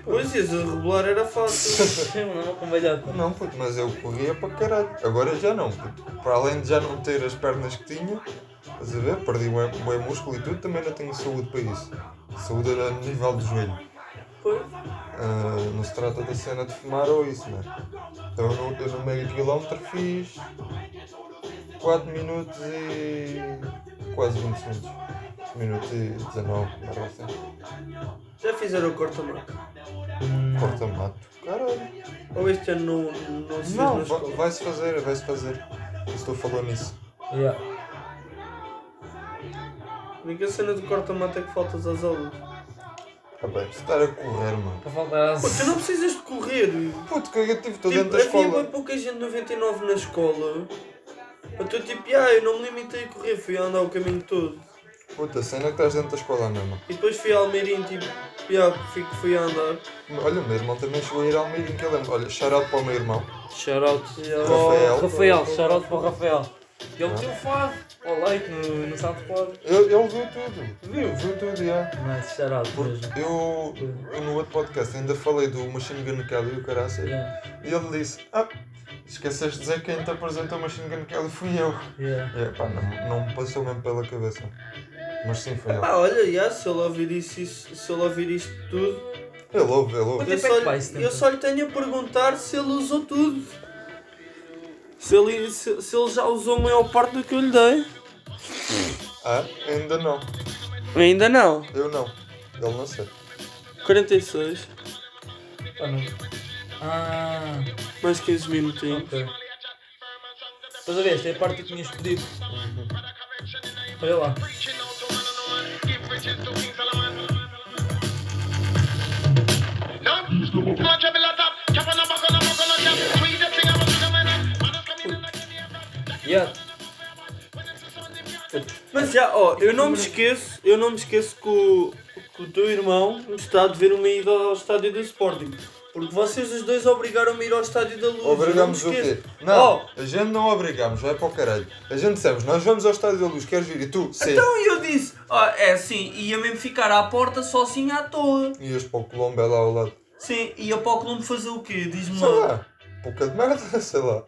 Speaker 3: Pois és, a regular era fácil.
Speaker 2: Eu não, com velhota.
Speaker 1: Não, puto, mas eu corria para caralho. Agora já não, puto. Para além de já não ter as pernas que tinha, estás a ver? Perdi o bem músculo e tudo, também não tenho saúde para isso. Saúde era no nível do joelho. Ah, não se trata da cena de fumar ou isso, né? Então eu, no- eu no meio quilómetro fiz 4 minutos e. quase 20 segundos. Minutos e 19, merda assim.
Speaker 3: Já fizeram o corta-mato?
Speaker 1: Corta-mato. Caralho.
Speaker 3: Ou este ano não, não se
Speaker 1: Não,
Speaker 3: fez na escola?
Speaker 1: va- vai-se fazer, vai-se fazer. Estou falando nisso.
Speaker 2: Yeah.
Speaker 3: A única cena do corta-mato é que faltas às aulas.
Speaker 1: Ah bem, se estar a correr, mano.
Speaker 2: Para faltar
Speaker 3: Pô, tu não precisas de correr.
Speaker 1: Puto, cagativo, estou dentro da
Speaker 3: Tipo, havia bem
Speaker 1: escola.
Speaker 3: pouca gente 99 na escola. Eu estou tipo, ah, eu não me limitei a correr, fui a andar o caminho todo.
Speaker 1: Puta, a cena é que estás dentro da escola mesmo.
Speaker 3: E depois fui a Almeirim, tipo, ah, fui, fui a andar.
Speaker 1: Olha, o meu irmão também chegou a ir ao meio em que eu lembro. Olha, shout-out para o meu irmão.
Speaker 2: Shoutout
Speaker 3: Yeah.
Speaker 1: Rafael.
Speaker 2: ao Rafael, shoutout para o Rafael. Ele meteu o fado ao like no, no SoundCloud.
Speaker 1: Ele, ele viu tudo.
Speaker 2: Viu?
Speaker 1: Viu tudo, já.
Speaker 2: Mas shoutout mesmo.
Speaker 1: Eu, eu no outro podcast ainda falei do Machine Gun Kelly e o caraças.
Speaker 2: Yeah,
Speaker 1: E ele disse: Ah, esqueceste de dizer quem te apresentou o Machine Gun Kelly fui eu.
Speaker 2: yeah.
Speaker 1: E, epá, não, não me passou mesmo pela cabeça. Mas sim, foi ele.
Speaker 3: Pá, olha, já, se ele ouvir isso, isso- se ele ouvir isto tudo,
Speaker 1: Ele ouve, ele ouve.
Speaker 2: Quanto tempo
Speaker 3: eu
Speaker 2: é
Speaker 3: só,
Speaker 2: que
Speaker 3: lhe-
Speaker 2: vai esse tempo?
Speaker 3: eu só lhe tenho a perguntar se ele usou tudo. Se ele, se, se ele já usou a maior parte do que eu lhe dei.
Speaker 1: Ah, ainda não.
Speaker 3: Ainda não.
Speaker 1: Eu não. Ele não sei.
Speaker 3: 46,
Speaker 2: Ah, não. Ah,
Speaker 3: mais 15 minutinhos.
Speaker 2: ok. Estás a ver? Esta é a parte que tinhas pedido. Olha lá. Yeah.
Speaker 3: Mas já, ó, eu não me esqueço, eu não me esqueço que o, que o teu irmão me está a dever uma ida ao estádio do Sporting. Porque vocês os dois obrigaram-me a ir ao estádio da Luz.
Speaker 1: Obrigamos
Speaker 3: eu
Speaker 1: o
Speaker 3: não me
Speaker 1: quê?
Speaker 3: esqueço.
Speaker 1: Não,
Speaker 3: Oh,
Speaker 1: a gente não obrigamos, vai para o caralho. A gente dissemos: Nós vamos ao Estádio da Luz, queres vir? E tu? Sim.
Speaker 3: então eu disse, ó, é assim, ia mesmo ficar à porta sozinho à toa.
Speaker 1: Ias para o Colombo, é lá ao lado.
Speaker 3: Sim, ia para o clube fazer o quê? Diz-me
Speaker 1: Sei
Speaker 3: lá.
Speaker 1: lá, pouca de merda, sei lá.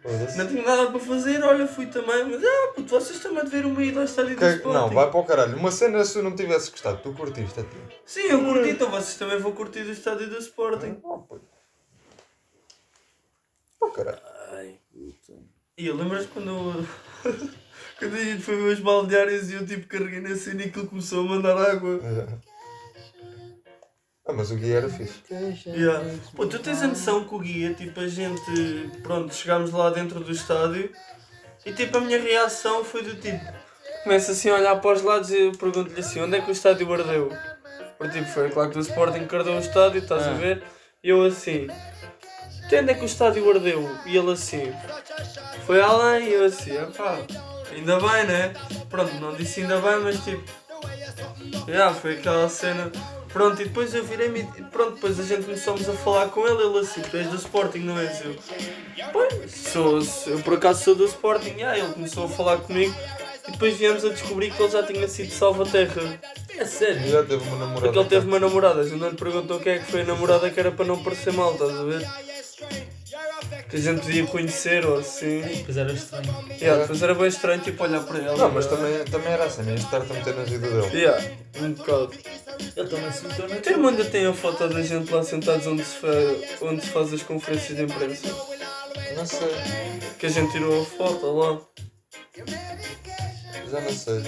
Speaker 1: Foda-se.
Speaker 3: Não tinha nada para fazer, olha, fui também. Mas ah, puto, vocês estão a dever uma ida ao estádio do
Speaker 1: Que-
Speaker 3: Sporting.
Speaker 1: Não, vai para o caralho. Uma cena se eu não tivesse gostado, tu curtiste a ti.
Speaker 3: Sim, eu curti, então vocês também vão curtir o estádio do Sporting.
Speaker 1: Oh, pô. Oh, caralho.
Speaker 3: E eu lembras quando eu- quando a gente foi ver os balneários e eu tipo carreguei na cena e aquilo começou a mandar água.
Speaker 1: Ah, mas o guia era fixe.
Speaker 3: Yeah. Pô, tu tens a noção que o guia, tipo, a gente, pronto, chegámos lá dentro do estádio e tipo a minha reação foi do tipo. Começo assim a olhar para os lados e eu pergunto-lhe assim, onde é que o estádio ardeu? Porque tipo, foi claro que do Sporting que ardeu o estádio, estás a ver? E eu assim, "Tu onde é que o estádio ardeu? E ele assim, foi além e eu assim, pá, ainda bem, né? Pronto, não disse ainda bem, mas tipo. Já, foi aquela cena. Pronto, e depois eu virei-me e pronto, depois a gente começamos a falar com ele, ele assim, tu és do Sporting, não és eu? Pois, sou, sou- eu por acaso sou do Sporting, já, ele começou a falar comigo e depois viemos a descobrir que ele já tinha sido salvo a terra.
Speaker 2: É sério.
Speaker 1: Já teve uma namorada.
Speaker 3: Porque ele teve uma namorada, a gente não lhe perguntou quem é que foi a namorada que era para não parecer mal, estás a ver? Que a gente podia conhecer ou assim.
Speaker 2: Pois era estranho.
Speaker 3: Yeah, depois era bem estranho tipo olhar para ele.
Speaker 1: Não, mas também, também era assim, nem estar-te a meter na vida dele.
Speaker 3: Yeah, um bocado.
Speaker 2: Ele também se meteu na
Speaker 3: O teu irmão ainda tem a foto da gente lá sentados onde se, fa- onde se faz as conferências de imprensa.
Speaker 1: Não sei,
Speaker 3: Que a gente tirou a foto lá.
Speaker 1: já não sei.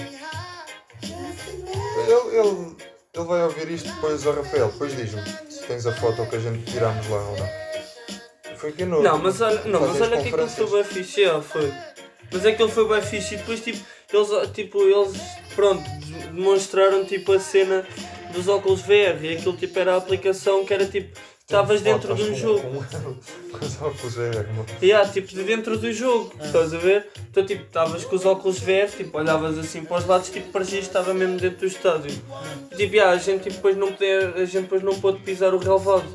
Speaker 1: Ele, ele, ele vai ouvir isto depois ao Rafael, depois diz-me se tens a foto que a gente tirámos lá ou não. Foi aqui no.
Speaker 3: Não, mas olha, não, mas
Speaker 1: Fazem as
Speaker 3: olha que aquilo foi
Speaker 1: conferências.
Speaker 3: bem fixe, é, foi. Mas é que ele foi bem fixe e depois tipo, eles, tipo, eles pronto, de- demonstraram tipo a cena dos óculos VR e aquilo tipo era a aplicação que era tipo, estavas dentro de um jogo.
Speaker 1: Com os óculos é, verdes, mano.
Speaker 3: Yeah, tipo de dentro do jogo, estás a ver? Então tipo, estavas com os óculos verdes, tipo, olhavas assim para os lados, tipo, parecias que estava mesmo dentro do estádio. E, tipo, yeah, a gente tipo, depois não podia, a gente depois não pôde pisar o relevado.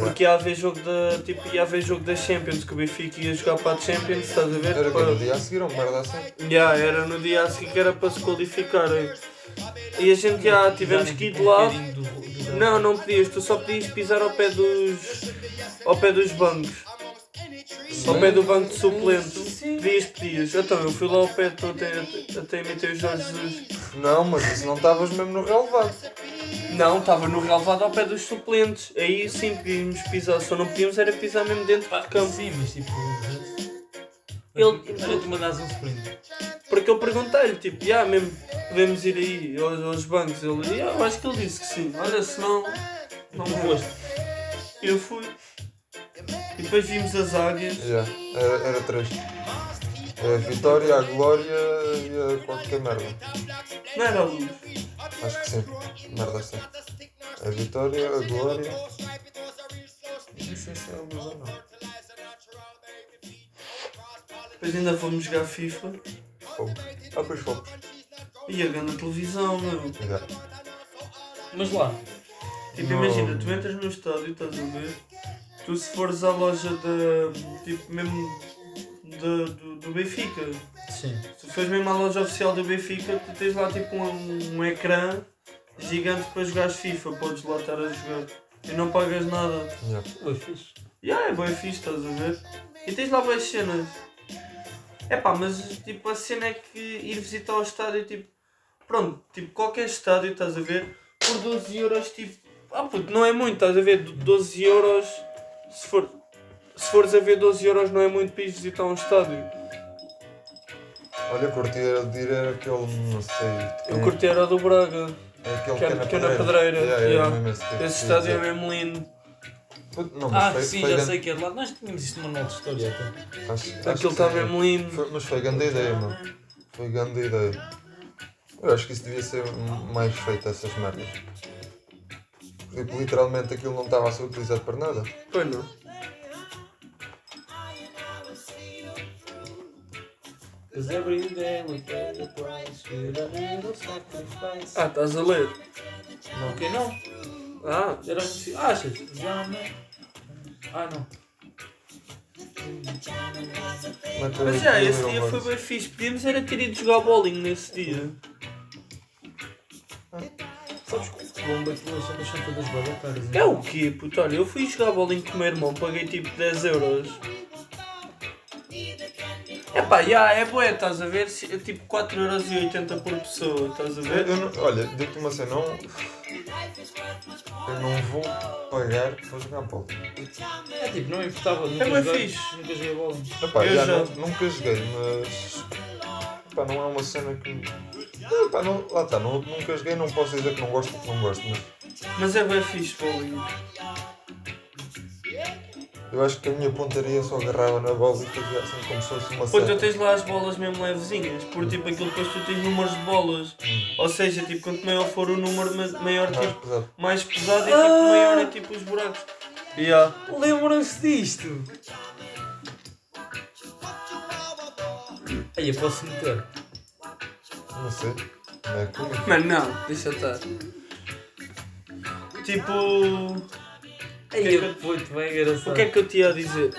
Speaker 3: Porque ia haver jogo da. Tipo, ia haver jogo da Champions, que o Benfica ia jogar para a Champions, estás a ver?
Speaker 1: Era que
Speaker 3: Para-
Speaker 1: no dia a seguir, uma merda assim.
Speaker 3: Yeah, era no dia a seguir que era para se qualificarem. E a gente já tivemos
Speaker 2: um
Speaker 3: que ir de lá. Não, não podias, tu só podias pisar ao pé dos. ao pé dos bancos. Ao pé do banco de suplentes. Podias, podias. Então, eu fui lá ao pé, então, até, até imitei o Jorge Jesus.
Speaker 1: Não, mas isso não estavas mesmo no relevado.
Speaker 3: Não, estava no relevado ao pé dos suplentes. Aí sim podíamos pisar, só não podíamos era pisar mesmo dentro do campo.
Speaker 2: Sim, mas tipo.
Speaker 3: Ele-
Speaker 2: Ele. Olha, tu mandas um sprint.
Speaker 3: Porque eu perguntei-lhe, tipo, ah, mesmo podemos ir aí aos, aos bancos. Ele, ah, eu acho que ele disse que sim. Olha, se não, não foste. Eu fui. E depois vimos as águias.
Speaker 1: Yeah, era, era três. A Vitória, a Glória e a qualquer merda.
Speaker 3: Não era a luz.
Speaker 1: Acho que sim. Merda sim. A Vitória, a Glória. Não sei se é a luz ou não.
Speaker 3: Depois ainda fomos jogar FIFA.
Speaker 1: Fomos. Ah, pois fomos.
Speaker 3: E a grande televisão, meu.
Speaker 1: Yeah.
Speaker 2: Mas lá,
Speaker 3: Tipo,
Speaker 1: Não.
Speaker 3: imagina, tu entras no estádio, estás a ver? Tu se fores à loja da. Tipo, mesmo. da- do, do Benfica.
Speaker 2: sim.
Speaker 3: Se tu fores mesmo à loja oficial do Benfica, tu tens lá tipo um, um ecrã gigante para jogares FIFA, podes lá estar a jogar. E não pagas nada.
Speaker 1: Yeah.
Speaker 2: Foi fixe.
Speaker 3: E ah, é bem fixe, estás a ver? E tens lá boas cenas. É pá, mas tipo, a cena é que ir visitar o estádio, tipo. Pronto, tipo, qualquer estádio, estás a ver? Por 12 euros, tipo. Ah, puto, não é muito, estás a ver? Do- 12 euros. Se, for, se fores a ver 12 euros, não é muito para ir visitar um estádio.
Speaker 1: Olha, curti era de ir era aquele, não sei.
Speaker 3: Eu
Speaker 1: é-
Speaker 3: curti era do Braga.
Speaker 1: É aquele
Speaker 3: Que é- que é na pedreira,
Speaker 1: Yeah, yeah,
Speaker 3: yeah.
Speaker 1: é mesmo esse tipo
Speaker 3: Esse
Speaker 1: de
Speaker 3: estádio é
Speaker 1: coisa.
Speaker 3: mesmo lindo.
Speaker 1: Puto, Não, mas
Speaker 2: Ah,
Speaker 1: foi,
Speaker 2: sim,
Speaker 1: foi
Speaker 2: já
Speaker 1: grande-
Speaker 2: sei que é de lá. Nós tínhamos isto no manual de história até.
Speaker 1: Acho, acho
Speaker 3: Aquilo
Speaker 1: que
Speaker 3: está
Speaker 1: sim.
Speaker 3: mesmo lindo.
Speaker 1: Foi- mas foi grande ideia, mano. Foi grande ideia. Eu acho que isso devia ser m- mais feito, essas merdas. Tipo, literalmente aquilo não estava a ser utilizado para nada.
Speaker 3: Pois não.
Speaker 2: Cause every day we pay the price with a little sacrifice.
Speaker 3: Ah, estás a ler?
Speaker 2: não, que não?
Speaker 3: Ah,
Speaker 2: Era um fi- Ah, achas? Já não. Ah, não.
Speaker 1: Mas,
Speaker 3: mas já, esse dia foi bem fixe. Podíamos era ter ido jogar bowling nesse dia.
Speaker 2: Sabes que o Colombo aquilo as cenas são todas boas caras.
Speaker 3: É o quê, puto? Olha, eu fui jogar bowling com o meu irmão, paguei tipo 10 euros. É pá, já, é boé, estás a ver? Se- É tipo 4,80€ por pessoa, estás a
Speaker 1: Eu, eu
Speaker 3: ver?
Speaker 1: não, olha, digo-te uma cena, não. Eu não vou pagar para jogar bola.
Speaker 2: É tipo, não me importava. Nunca
Speaker 3: bem
Speaker 2: joguei-
Speaker 3: fixe.
Speaker 2: Nunca joguei bola.
Speaker 1: Epá,
Speaker 3: Eu
Speaker 1: já
Speaker 3: já-
Speaker 1: nu- nunca joguei, mas. Epá, não é uma cena que. me- Epá, não, lá está, nu- nunca joguei, não posso dizer que não gosto porque não gosto, mas
Speaker 3: Mas é bem fixe bowling.
Speaker 1: eu acho que a minha pontaria só agarrava na bola e fazia assim como se fosse uma
Speaker 3: Pô, tu
Speaker 1: seta.
Speaker 3: tens lá as bolas mesmo levezinhas, porque tipo aquilo depois tu tens números de bolas.
Speaker 1: Hum,
Speaker 3: Ou seja, tipo, quanto maior for o número, ma- maior
Speaker 1: Mais
Speaker 3: tipo,
Speaker 1: é pesado.
Speaker 3: mais pesado e tipo, maior é tipo os buracos. Yeah.
Speaker 2: Lembram-se disto? Aí eu posso meter.
Speaker 1: Não sei. Não é comigo.
Speaker 3: Mano, não, deixa estar. Tipo,
Speaker 2: Aí é eu puto, bem engraçado.
Speaker 3: o que é que eu te ia dizer?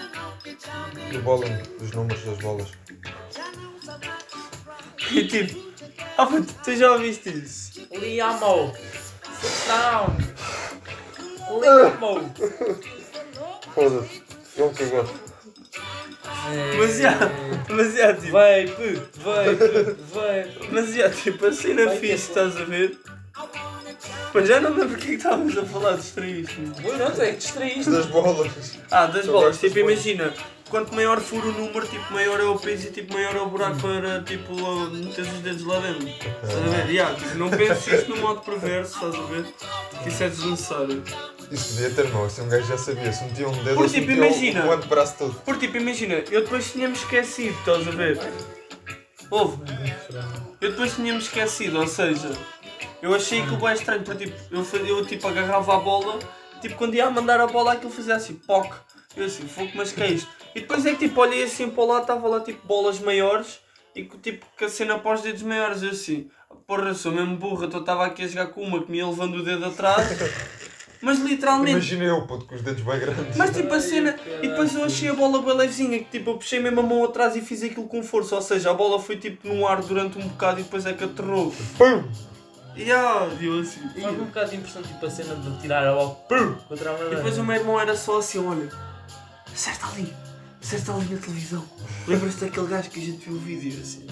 Speaker 1: Do bowling, dos números das bolas.
Speaker 3: E tipo, ah, puto, tu já ouviste isso?
Speaker 2: Liamo! Sit down!
Speaker 1: Ah.
Speaker 2: Liamo!
Speaker 1: Foda-se. Eu que gosto.
Speaker 2: É.
Speaker 3: Mas já, mas já, tipo,
Speaker 2: Vape! Vape! Vape!
Speaker 3: mas já, tipo, a cena fixe, estás a ver? Mas já não me lembro porque é que estávamos a falar de estrelismo.
Speaker 2: Ui, não, tu é que distraíste!
Speaker 1: Das bolas.
Speaker 3: Ah, das
Speaker 1: Só
Speaker 3: bolas,
Speaker 1: gosto das
Speaker 3: tipo,
Speaker 1: bolas.
Speaker 3: imagina, quanto maior for o número, tipo, maior é o peso e tipo, maior é o buraco
Speaker 1: Hum.
Speaker 3: para, tipo, meter os dedos lá dentro. Estás
Speaker 1: Ah.
Speaker 3: a ver? Yeah, tipo, não penses isto no modo perverso, estás a ver? Que isso é desnecessário.
Speaker 1: Isso devia ter mal, assim um gajo já sabia. Se metia um dedo,
Speaker 3: Por
Speaker 1: se
Speaker 3: tipo,
Speaker 1: metia o-
Speaker 3: imagina.
Speaker 1: o antebraço todo.
Speaker 3: Porque, tipo, imagina, eu depois tinha-me esquecido, estás a ver? Ouve, eu depois tinha-me esquecido, ou seja, eu achei aquilo bem estranho, porque, tipo, eu, fa- eu, tipo, agarrava a bola, tipo, quando ia a mandar a bola, aquilo fazia assim, poc. Eu assim, fogo, mas que é isto? E depois é que, tipo, olhei assim para lá, estava lá, tipo, bolas maiores, e que, tipo, que a cena para os dedos maiores, eu assim, porra, sou mesmo burra, então estava aqui a jogar com uma que me ia levando o dedo atrás, mas literalmente...
Speaker 1: Imagina eu, puto, com os dedos bem grandes.
Speaker 3: Mas tipo a cena, e depois eu achei a bola bem levezinha, que tipo eu puxei mesmo a mão atrás e fiz aquilo com força, ou seja, a bola foi tipo no ar durante um bocado e depois é que aterrou.
Speaker 1: Pum!
Speaker 3: E ah, deu assim.
Speaker 2: Faz um
Speaker 3: E
Speaker 2: bocado de impressão tipo a cena de tirar a bola pum, contra a madeira.
Speaker 3: depois um- o meu irmão era só assim, olha, acerta ali, acerta ali na televisão. Lembras-te daquele gajo que a gente viu o vídeo assim?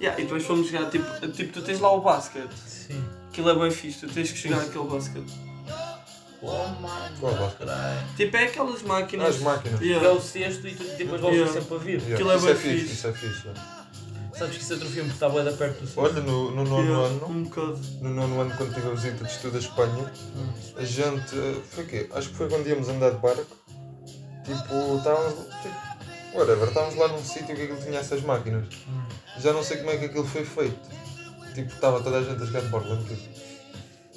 Speaker 3: Yeah, e depois fomos jogar, tipo, tipo, tu tens lá o basquete.
Speaker 2: Sim.
Speaker 3: Aquilo é bem fixe, tu tens que chegar àquele basquete.
Speaker 1: Qual basquete?
Speaker 3: Tipo, é aquelas máquinas.
Speaker 1: As máquinas.
Speaker 3: Yeah.
Speaker 2: É o sexto e tu depois voltas
Speaker 3: Yeah.
Speaker 2: sempre a vir.
Speaker 1: Yeah,
Speaker 3: Aquilo é
Speaker 1: isso
Speaker 3: bué
Speaker 1: é fixe,
Speaker 3: fixe.
Speaker 1: isso é fixe. yeah.
Speaker 2: Sabes que isso atrofia-me porque está bué da perto do sexto.
Speaker 1: Olha, no, no nono
Speaker 3: Yeah,
Speaker 1: ano,
Speaker 3: Um bocado.
Speaker 1: no nono ano quando tive a visita de estudo a Espanha, a gente, eh, foi o quê? Acho que foi quando íamos andar de barco, tipo, estávamos, tipo, whatever, estávamos lá num sítio que aquilo tinha essas máquinas.
Speaker 2: Hum.
Speaker 1: Já não sei como é que aquilo foi feito. Tipo, estava toda a gente a jogar de borla, tipo.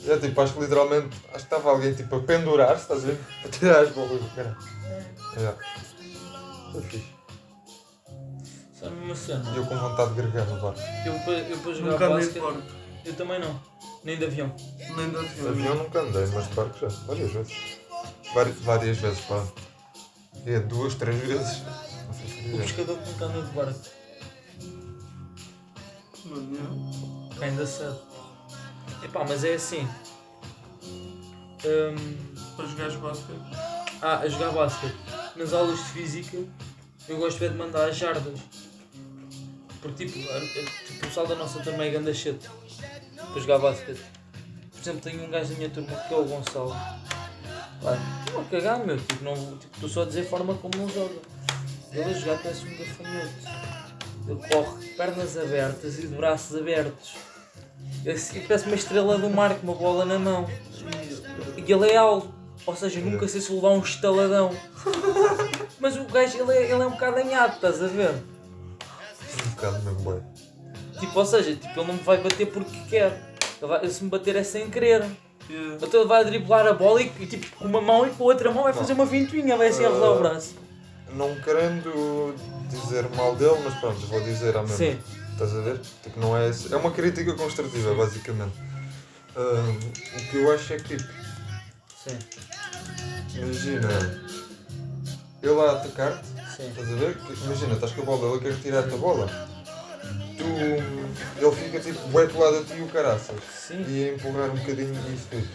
Speaker 1: Já, tipo, acho que literalmente, acho que estava alguém, tipo, a pendurar-se, estás a ver? A tirar as bolas do caralho. Yeah. Foi fixe.
Speaker 2: Sabe uma cena?
Speaker 1: E eu com vontade de gregar no barco.
Speaker 2: Eu para, eu para jogar
Speaker 3: Nunca andei de
Speaker 2: basquete,
Speaker 3: fora.
Speaker 2: eu também não. Nem de avião.
Speaker 3: Nem de
Speaker 1: De avião nunca andei, mas de barco já. Várias vezes. Vari- várias vezes, pá. É duas, três vezes. Não sei se é
Speaker 2: O
Speaker 1: dizer.
Speaker 2: pescador que nunca andou de barco.
Speaker 3: Mano, yeah.
Speaker 2: Ainda sabe. Epá, mas é assim. Hum,
Speaker 3: Para jogares basquete.
Speaker 2: ah, a jogar basquete. Nas aulas de física, eu gosto é de mandar as jardas. Porque tipo, a- a- tipo, o pessoal da nossa turma é ganda chato para jogar basquete. Por exemplo, tenho um gajo da minha turma que é o Gonçalo. Pá, estou a cagar, meu. Tipo, não, tipo, estou só a dizer a forma como ele joga. Ele a jogar parece um gafanhoto. Ele corre de pernas abertas e de braços abertos. Ele É se- parece uma estrela do mar com uma bola na mão. E ele é alto, ou seja, nunca sei se levar um estaladão. Mas o gajo, ele é, ele é um bocado anhado, estás a ver?
Speaker 1: Um bocado mesmo boi.
Speaker 2: Tipo, ou seja, tipo, ele não me vai bater porque quer. Ele vai- se me bater é sem querer.
Speaker 3: Yeah.
Speaker 2: Então ele vai driblar a bola e, e, tipo, com uma mão e com a outra mão vai fazer uma vintuinha, vai assim a rodar o braço.
Speaker 1: Não querendo dizer mal dele, mas pronto, vou dizer à mesma.
Speaker 2: Sim.
Speaker 1: Estás a ver? Tipo, não é, é uma crítica construtiva, basicamente. Ah, o que eu acho é que, tipo,
Speaker 2: Sim,
Speaker 1: imagina, ele a atacar-te,
Speaker 2: sim.
Speaker 1: Estás a ver? Imagina, estás com a bola, ele quer tirar-te a bola. Tu. Ele fica tipo bué colado a ti e o caraças.
Speaker 2: Sim.
Speaker 1: E a empurrar um bocadinho isso tudo.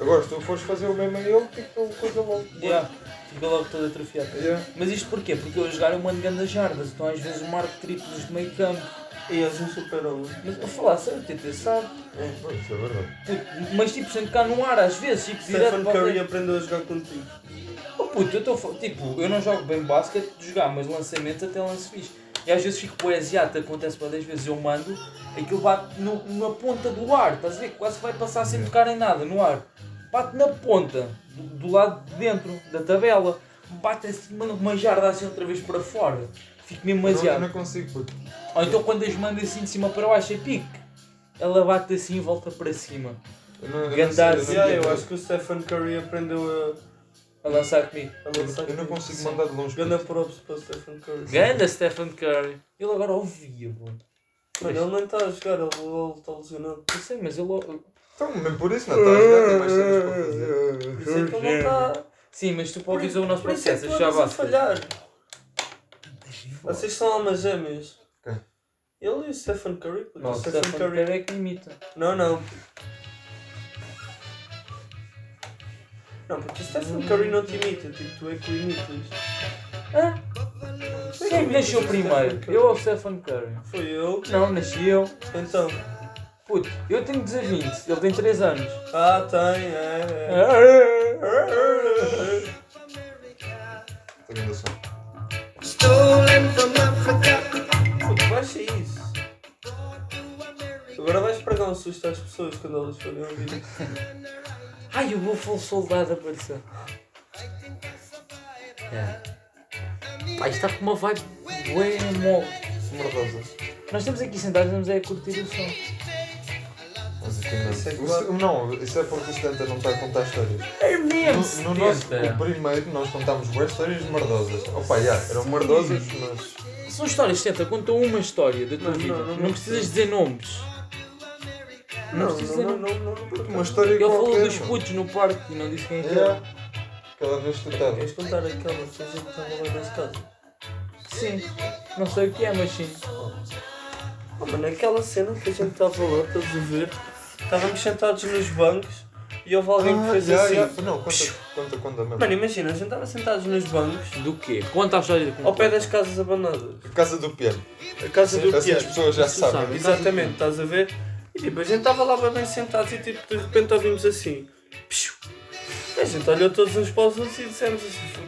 Speaker 1: Agora, se tu fores fazer o mesmo a ele, tipo, ele coisa logo.
Speaker 2: Yeah. Fica logo todo atrofiado.
Speaker 1: Yeah.
Speaker 2: Mas isto porquê? Porque eu a jogar eu mando grandes jardas, então às vezes eu marco triplos de meio campo.
Speaker 3: E és um super-homem.
Speaker 2: Mas eu falar sério, o TT sabe.
Speaker 1: É, pois, isso é verdade.
Speaker 2: Puto, mas tipo, sem cá no ar às vezes, tipo, direto
Speaker 3: Stephen
Speaker 2: para
Speaker 3: Curry
Speaker 2: o
Speaker 3: aprendeu a jogar contigo.
Speaker 2: oh, puto, eu estou fo- tipo, eu não jogo bem basquete de jogar, mas lançamento até lance fixe. E às vezes fico poesiato, acontece para 10 vezes, eu mando, aquilo bate no, na ponta do ar, estás a ver? Quase que vai passar sem tocar em nada no ar. Bate na ponta, do, do lado de dentro da tabela, bate assim, mano, uma jarda assim outra vez para fora. Fico mesmo
Speaker 1: Mas eu
Speaker 2: baseado.
Speaker 1: não consigo, puto.
Speaker 2: Ou então quando as mando assim de cima para baixo, é pique. Ela bate assim e volta para cima.
Speaker 1: Eu não, eu não
Speaker 2: Gandar,
Speaker 1: sei, eu não-
Speaker 3: Yeah, eu acho que o Stephen Curry aprendeu
Speaker 2: A lançar comigo.
Speaker 3: a, a lançar.
Speaker 1: eu não consigo
Speaker 3: assim.
Speaker 1: mandar de longe.
Speaker 3: Ganda
Speaker 1: puto.
Speaker 3: props para o Stephen Curry.
Speaker 2: Ganda Stephen Curry. Ele agora ouvia, mano.
Speaker 3: Mano, ele nem está a jogar, ele- ele está lesionado.
Speaker 2: Eu sei, mas ele. ou-
Speaker 1: Então, mesmo por isso, não estás a jogar, tem mais cenas para fazer.
Speaker 2: Por isso é que ele não está. Sim, mas tu podes usar o nosso
Speaker 3: tá. Por isso é
Speaker 2: processo,
Speaker 3: que
Speaker 2: já
Speaker 3: tu andas a
Speaker 2: basta.
Speaker 3: falhar. Vocês são almas gêmeas.
Speaker 1: Quem?
Speaker 3: Ele e o Stephen Curry. porque
Speaker 2: Não,
Speaker 3: o
Speaker 2: Stephen
Speaker 3: Stephen
Speaker 2: Curry
Speaker 3: Curry.
Speaker 2: é que imita.
Speaker 3: Não, não. Não, porque o Stephen Curry não te imita, tipo, tu é que o imitas.
Speaker 2: Hã? Quem é que nasceu primeiro? Eu ou Stephen Curry?
Speaker 3: Foi eu.
Speaker 2: Não, nasci eu.
Speaker 3: Então.
Speaker 2: Puto, eu tenho 19, ele tem 3 anos.
Speaker 3: Ah, tem, é, é.
Speaker 1: Tenho ainda só.
Speaker 3: Puto, baixa isso. Agora vais pregar um susto às pessoas quando elas forem ouvir.
Speaker 2: Ai, o Buffalo Soldado apareceu. É. Pá, isto está com uma vibe bué mole.
Speaker 1: Merdosa.
Speaker 2: Nós estamos aqui sentados, estamos aí a curtir o som.
Speaker 1: Basicamente. O se- Não, isso é porque o Sedenta não está a contar histórias.
Speaker 2: É mesmo,
Speaker 1: No, no nosso o primeiro, nós contámos boas histórias merdosas. Opa, já, eram merdosas, mas.
Speaker 2: São histórias, Senta, conta uma história da tua
Speaker 3: Não,
Speaker 2: vida.
Speaker 3: não,
Speaker 2: Não,
Speaker 3: não
Speaker 2: precisas dizer nomes. Não,
Speaker 3: Não,
Speaker 2: precisas dizer
Speaker 3: não, um.
Speaker 2: nomes.
Speaker 3: não, não, não.
Speaker 1: Uma história
Speaker 2: Ele falou
Speaker 1: qualquer,
Speaker 2: dos
Speaker 1: mano.
Speaker 2: putos no parque e não disse quem é que
Speaker 1: É.
Speaker 2: era.
Speaker 1: Aquela vez que tu estavas.
Speaker 3: Queres contar aquela que a gente estava lá na escada?
Speaker 2: Sim. Não sei o que é, mas sim.
Speaker 3: Ah, Oh, mano, aquela cena que a gente estava lá, estás a ver? Estávamos sentados nos bancos e houve alguém que
Speaker 1: Ah,
Speaker 3: fez
Speaker 1: já,
Speaker 3: assim.
Speaker 1: já. Não, conta, conta, conta mesmo.
Speaker 3: Mano, imagina, a gente estava sentados nos bancos,
Speaker 4: Do quê? Conta a história de
Speaker 3: ao pé das casas abandonadas.
Speaker 1: A casa do piano.
Speaker 3: A casa do
Speaker 1: Assim as
Speaker 3: Pierre.
Speaker 1: pessoas já
Speaker 4: Isso
Speaker 1: sabem.
Speaker 4: sabe.
Speaker 3: Exatamente, estás a ver? E tipo, a gente estava lá bem sentados e tipo, de repente ouvimos assim. Psiu. A gente olhou todos uns para os outros e dissemos assim, "Foi-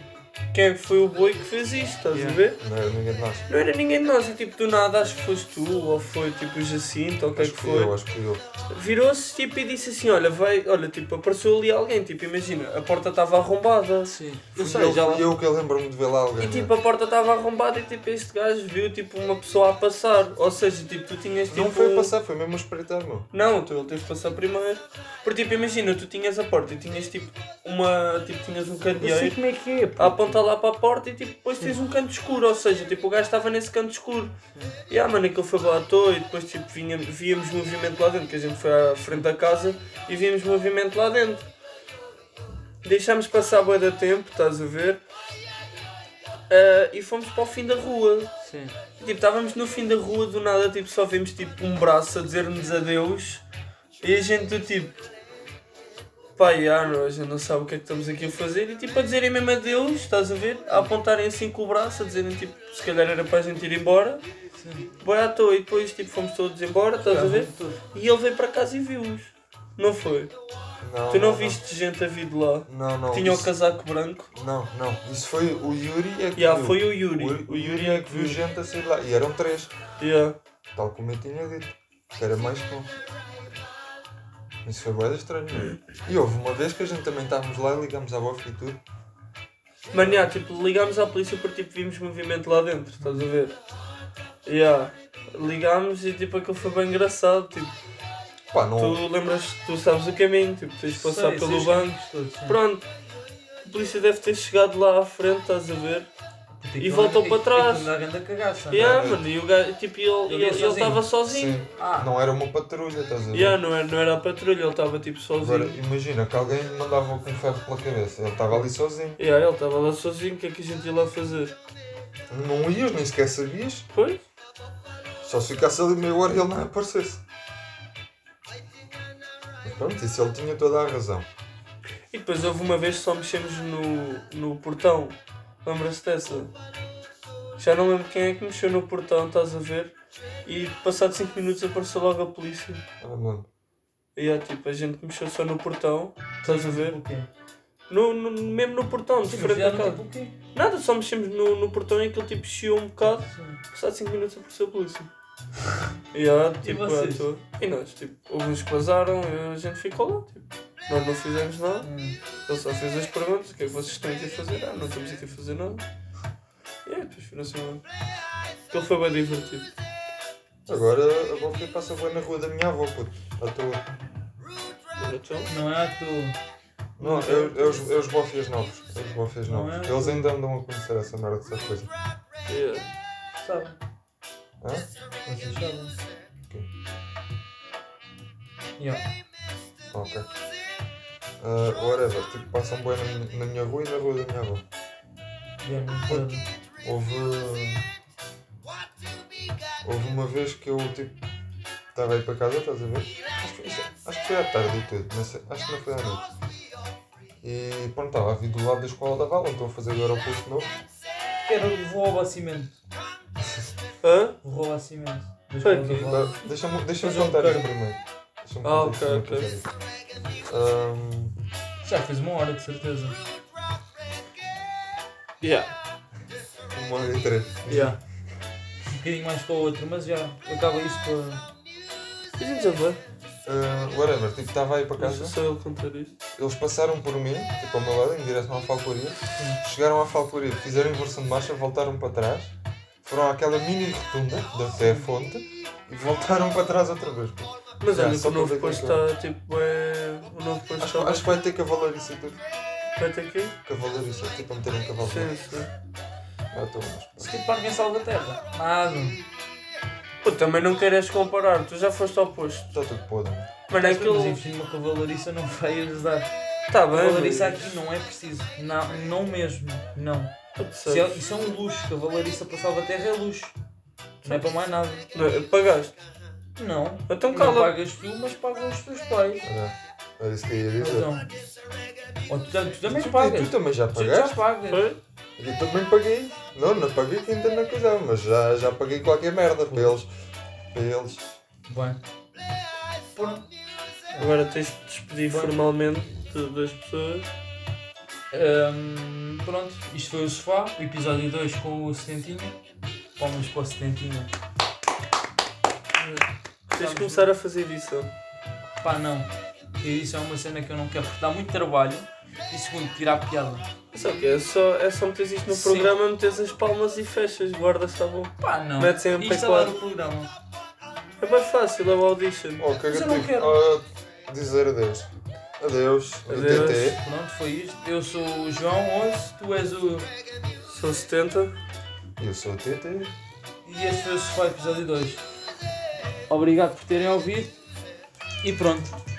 Speaker 3: quem é que foi o boi que fez isto, estás a
Speaker 4: Yeah.
Speaker 3: ver?
Speaker 1: Não era ninguém de nós.
Speaker 3: Não era ninguém de nós, e tipo, do nada acho que foste tu, ou foi tipo o Jacinto, ou quem é
Speaker 1: Acho
Speaker 3: que
Speaker 1: que fui eu,
Speaker 3: foi.
Speaker 1: acho que fui eu.
Speaker 3: Virou-se tipo e disse assim, olha, vai, olha, tipo, apareceu ali alguém, tipo, imagina, a porta estava arrombada.
Speaker 4: Sim.
Speaker 1: Fui eu, fui eu que lembro-me de ver lá alguém.
Speaker 3: E
Speaker 1: né?
Speaker 3: tipo, a porta estava arrombada e tipo, este gajo viu tipo uma pessoa a passar. Ou seja, tipo, tu tinhas tipo.
Speaker 1: Não foi passar, foi mesmo espreitar, meu.
Speaker 3: Não, tu, ele teve que passar primeiro. Porque tipo, imagina, tu tinhas a porta e tinhas tipo uma. Tipo, tinhas um
Speaker 4: Eu sei
Speaker 3: candeeiro
Speaker 4: como é que é, pô.
Speaker 3: a apontar lá para a porta e tipo, depois tens um canto escuro, ou seja, tipo, o gajo estava nesse canto escuro. E ah, mano, aquilo foi lá à toa e depois tipo, vinha, víamos movimento lá dentro, que a gente foi à frente da casa e víamos movimento lá dentro. Deixámos passar bué da tempo, estás a ver? Ah, e fomos para o fim da rua.
Speaker 2: Ah,
Speaker 4: Sim.
Speaker 3: Tipo, estávamos no fim da rua, do nada, tipo, só vimos tipo um braço a dizer-nos adeus e a gente do tipo. Pai, ah, não, a gente não sabe o que é que estamos aqui a fazer e tipo a dizerem mesmo adeus, estás a ver? A apontarem assim com o braço, a dizerem tipo, se calhar era para a gente ir embora.
Speaker 4: Sim.
Speaker 3: Boi à toa e depois tipo fomos todos embora, estás a ver? E ele veio para casa e viu-os. Não foi?
Speaker 1: Não,
Speaker 3: tu não, viste gente a vir de lá?
Speaker 1: Não, não.
Speaker 3: Tinha o
Speaker 1: isso-
Speaker 3: casaco branco.
Speaker 1: Não, não. Isso foi o Yuri é que
Speaker 3: E ah,
Speaker 1: viu.
Speaker 3: foi o Yuri.
Speaker 1: O, o Yuri é que viu gente a sair lá. E eram três.
Speaker 3: Yeah.
Speaker 1: Tal como eu tinha dito. Que era mais que um. Isso foi boeda estranho. não é? E houve uma vez que a gente também estávamos lá e ligámos à bofe e tudo.
Speaker 3: Mano, yeah, tipo, ligámos à polícia porque tipo, vimos movimento lá dentro, estás a ver? Yeah. Ligámos e tipo aquilo foi bem engraçado. Tipo,
Speaker 1: Pá, não.
Speaker 3: tu lembras, tu sabes o caminho, tipo, tens de passar
Speaker 4: Sei, sei
Speaker 3: pelo
Speaker 4: os
Speaker 3: banco.
Speaker 4: caminhos todos, sim.
Speaker 3: Pronto, a polícia deve ter chegado lá à frente, estás a ver?
Speaker 4: Tipo, então
Speaker 3: E voltou
Speaker 4: Aquilo-
Speaker 3: para trás.
Speaker 4: aquilo dá é grande
Speaker 2: Tá
Speaker 4: cagaça. é?
Speaker 2: É.
Speaker 3: Yeah, mano, e o gajo, tipo, ele
Speaker 4: Ele ia
Speaker 3: ele- ele estava sozinho.
Speaker 1: Sim.
Speaker 4: Ah.
Speaker 1: Não era uma patrulha, estás a ver?
Speaker 3: Yeah, não, era, não era a patrulha, ele estava tipo sozinho.
Speaker 1: Agora imagina que alguém lhe mandava um ferro pela cabeça. Ele estava ali sozinho.
Speaker 3: Yeah, ele estava lá sozinho, o que é que a gente ia lá fazer?
Speaker 1: Não ias, nem sequer sabias.
Speaker 3: Pois?
Speaker 1: Só se ficasse ali meia hora e ele não aparecesse. Mas pronto, isso ele tinha toda a razão.
Speaker 3: E depois houve uma vez que só mexemos no, no portão. Lembra-se dessa? Já não lembro quem é que mexeu no portão, estás a ver? E passado 5 minutos apareceu logo a polícia.
Speaker 1: Ah, mano.
Speaker 3: E é tipo, a gente mexeu só no portão, estás a ver?
Speaker 4: O quê?
Speaker 3: No, no- mesmo no portão, de
Speaker 4: Sim,
Speaker 3: frente
Speaker 4: mas
Speaker 3: à
Speaker 4: já
Speaker 3: casa.
Speaker 4: não- o quê?
Speaker 3: Nada, só mexemos no, no portão e aquilo tipo chiou um bocado. Passado 5 minutos apareceu a polícia. E é, tipo, é à
Speaker 4: vocês?
Speaker 3: toa. E nós, tipo, houve uns que vazaram e a gente ficou lá, tipo. Nós não fizemos nada.
Speaker 4: Hum.
Speaker 3: Ele só fez as perguntas, o que é que vocês estão aqui a fazer? Ah, não estamos aqui a fazer nada. E é, depois foram assim mesmo. Ele foi bem divertido.
Speaker 1: Agora a boca passa bem na rua da minha avó, puto. À toa.
Speaker 3: Olha, então, tchau.
Speaker 4: Não é à toa.
Speaker 1: Não, é, é os, é os bofias novos. É os bofias
Speaker 4: Não
Speaker 1: novos.
Speaker 4: é?
Speaker 1: Eles ainda andam a conhecer essa merda dessa coisa.
Speaker 3: Yeah.
Speaker 4: Sabe?
Speaker 1: Hã?
Speaker 4: Vocês sabem. Yeah.
Speaker 1: Ah, Ok. Ah, whatever, tipo, passam bem na, na minha rua e na rua da minha avó.
Speaker 4: Yeah, mas, uh,
Speaker 1: Houve. Houve uma vez que eu, tipo, estava aí para casa, estás a ver? Acho que, isto- é, acho que foi à tarde e tudo, não sei, acho que não foi à noite. E pronto, estava a vir do lado da escola da Vala, estou a fazer agora o curso novo.
Speaker 4: Quero vou ao bacimento.
Speaker 3: Hã?
Speaker 4: Vou ao bacimento. Mas
Speaker 3: Foi
Speaker 4: quando
Speaker 3: aqui.
Speaker 4: eu vou-
Speaker 1: Tá, Deixa-me deixa
Speaker 4: Fazer um
Speaker 1: contar isto
Speaker 4: bocado.
Speaker 1: primeiro. Deixa-me
Speaker 3: Ah,
Speaker 1: contar isto
Speaker 3: ok,
Speaker 1: primeiro, que eu já digo. Ahm,
Speaker 4: Já fez uma hora, de certeza. Um
Speaker 3: Yeah.
Speaker 1: Uma hora e três.
Speaker 3: Yeah.
Speaker 4: Um bocadinho mais que o outro, mas já acaba isso para.
Speaker 3: A gente já vai.
Speaker 1: Ah, whatever, tipo, estava aí para
Speaker 3: Mas
Speaker 1: casa.
Speaker 3: é só ele contar isto.
Speaker 1: Eles passaram por mim, tipo ao meu lado, em direção à falcoria. Chegaram à falcoria, fizeram inversão de marcha, voltaram para trás. Foram àquela mini rotunda, da até a fonte, e voltaram para trás outra vez. pô.
Speaker 3: Mas
Speaker 1: Yeah,
Speaker 3: olha, que
Speaker 1: só
Speaker 3: o novo
Speaker 1: para ver
Speaker 3: posto está tipo. É... O novo posto
Speaker 1: Acho,
Speaker 3: está.
Speaker 1: acho que vai ter cavaleiro isso e tudo.
Speaker 3: Vai ter que ir?
Speaker 1: Cavaleiro isso, tipo a meter um cavalo.
Speaker 3: Sim, sim.
Speaker 1: Ah, estou mas.
Speaker 4: Skate Park em Salvaterra. Nada.
Speaker 3: Pô, também não queres comparar, tu já foste ao posto.
Speaker 1: Está Tá tudo podre. né? mano.
Speaker 3: Mano,
Speaker 4: Mas
Speaker 3: aquilo.
Speaker 4: investir numa cavalariça não vai ajudar.
Speaker 3: Está tá bem.
Speaker 4: Cavalariça
Speaker 3: mas-
Speaker 4: aqui não é preciso. Não, não mesmo. Não.
Speaker 3: Pô, sei.
Speaker 4: Se é- isso é um luxo. Cavalariça para Salvaterra é luxo. Não é para mais nada.
Speaker 3: Não, Pagaste.
Speaker 4: Não.
Speaker 3: Então
Speaker 4: Não
Speaker 3: cala.
Speaker 4: pagas tu, mas pagam os teus pais.
Speaker 1: Olha, Era isso que eu ia dizer.
Speaker 2: Então. Ou tu, tam- tu também
Speaker 1: tu,
Speaker 2: pagas.
Speaker 1: tu também já
Speaker 2: Tu já
Speaker 1: pagaste?
Speaker 2: pagas.
Speaker 3: Foi?
Speaker 1: Eu também paguei. Não, não paguei que ainda não coisava, mas já, já paguei qualquer merda para eles. Para eles.
Speaker 2: Bem. Pronto.
Speaker 3: Agora tens de despedir formalmente de- das pessoas.
Speaker 2: Hum, pronto. Isto foi o sofá. O episódio 2 com o Setentinha. Palmas para o Setentinha.
Speaker 3: Tens de começar a fazer edição.
Speaker 2: Pá, não. Isso é uma cena que eu não quero, porque dá muito trabalho. E segundo, tirar piada.
Speaker 3: Só que é só, é só meteres isto no
Speaker 2: Sim.
Speaker 3: programa, meteres as palmas e fechas, guarda está bom.
Speaker 2: Pá, não.
Speaker 3: Mete sempre
Speaker 2: Isto é lá
Speaker 3: quatro.
Speaker 2: do programa.
Speaker 3: É bem fácil, é o audition.
Speaker 1: Oh, que
Speaker 2: Mas eu não
Speaker 1: negativo.
Speaker 2: quero.
Speaker 1: Oh, dizer adeus. Adeus.
Speaker 3: Adeus.
Speaker 1: DT.
Speaker 2: Pronto, foi isto. Eu sou o João Onze, tu és o.
Speaker 3: São 70.
Speaker 1: Eu sou o TT.
Speaker 2: E este foi o Sofá Episódio 2. Obrigado por terem ouvido. E pronto.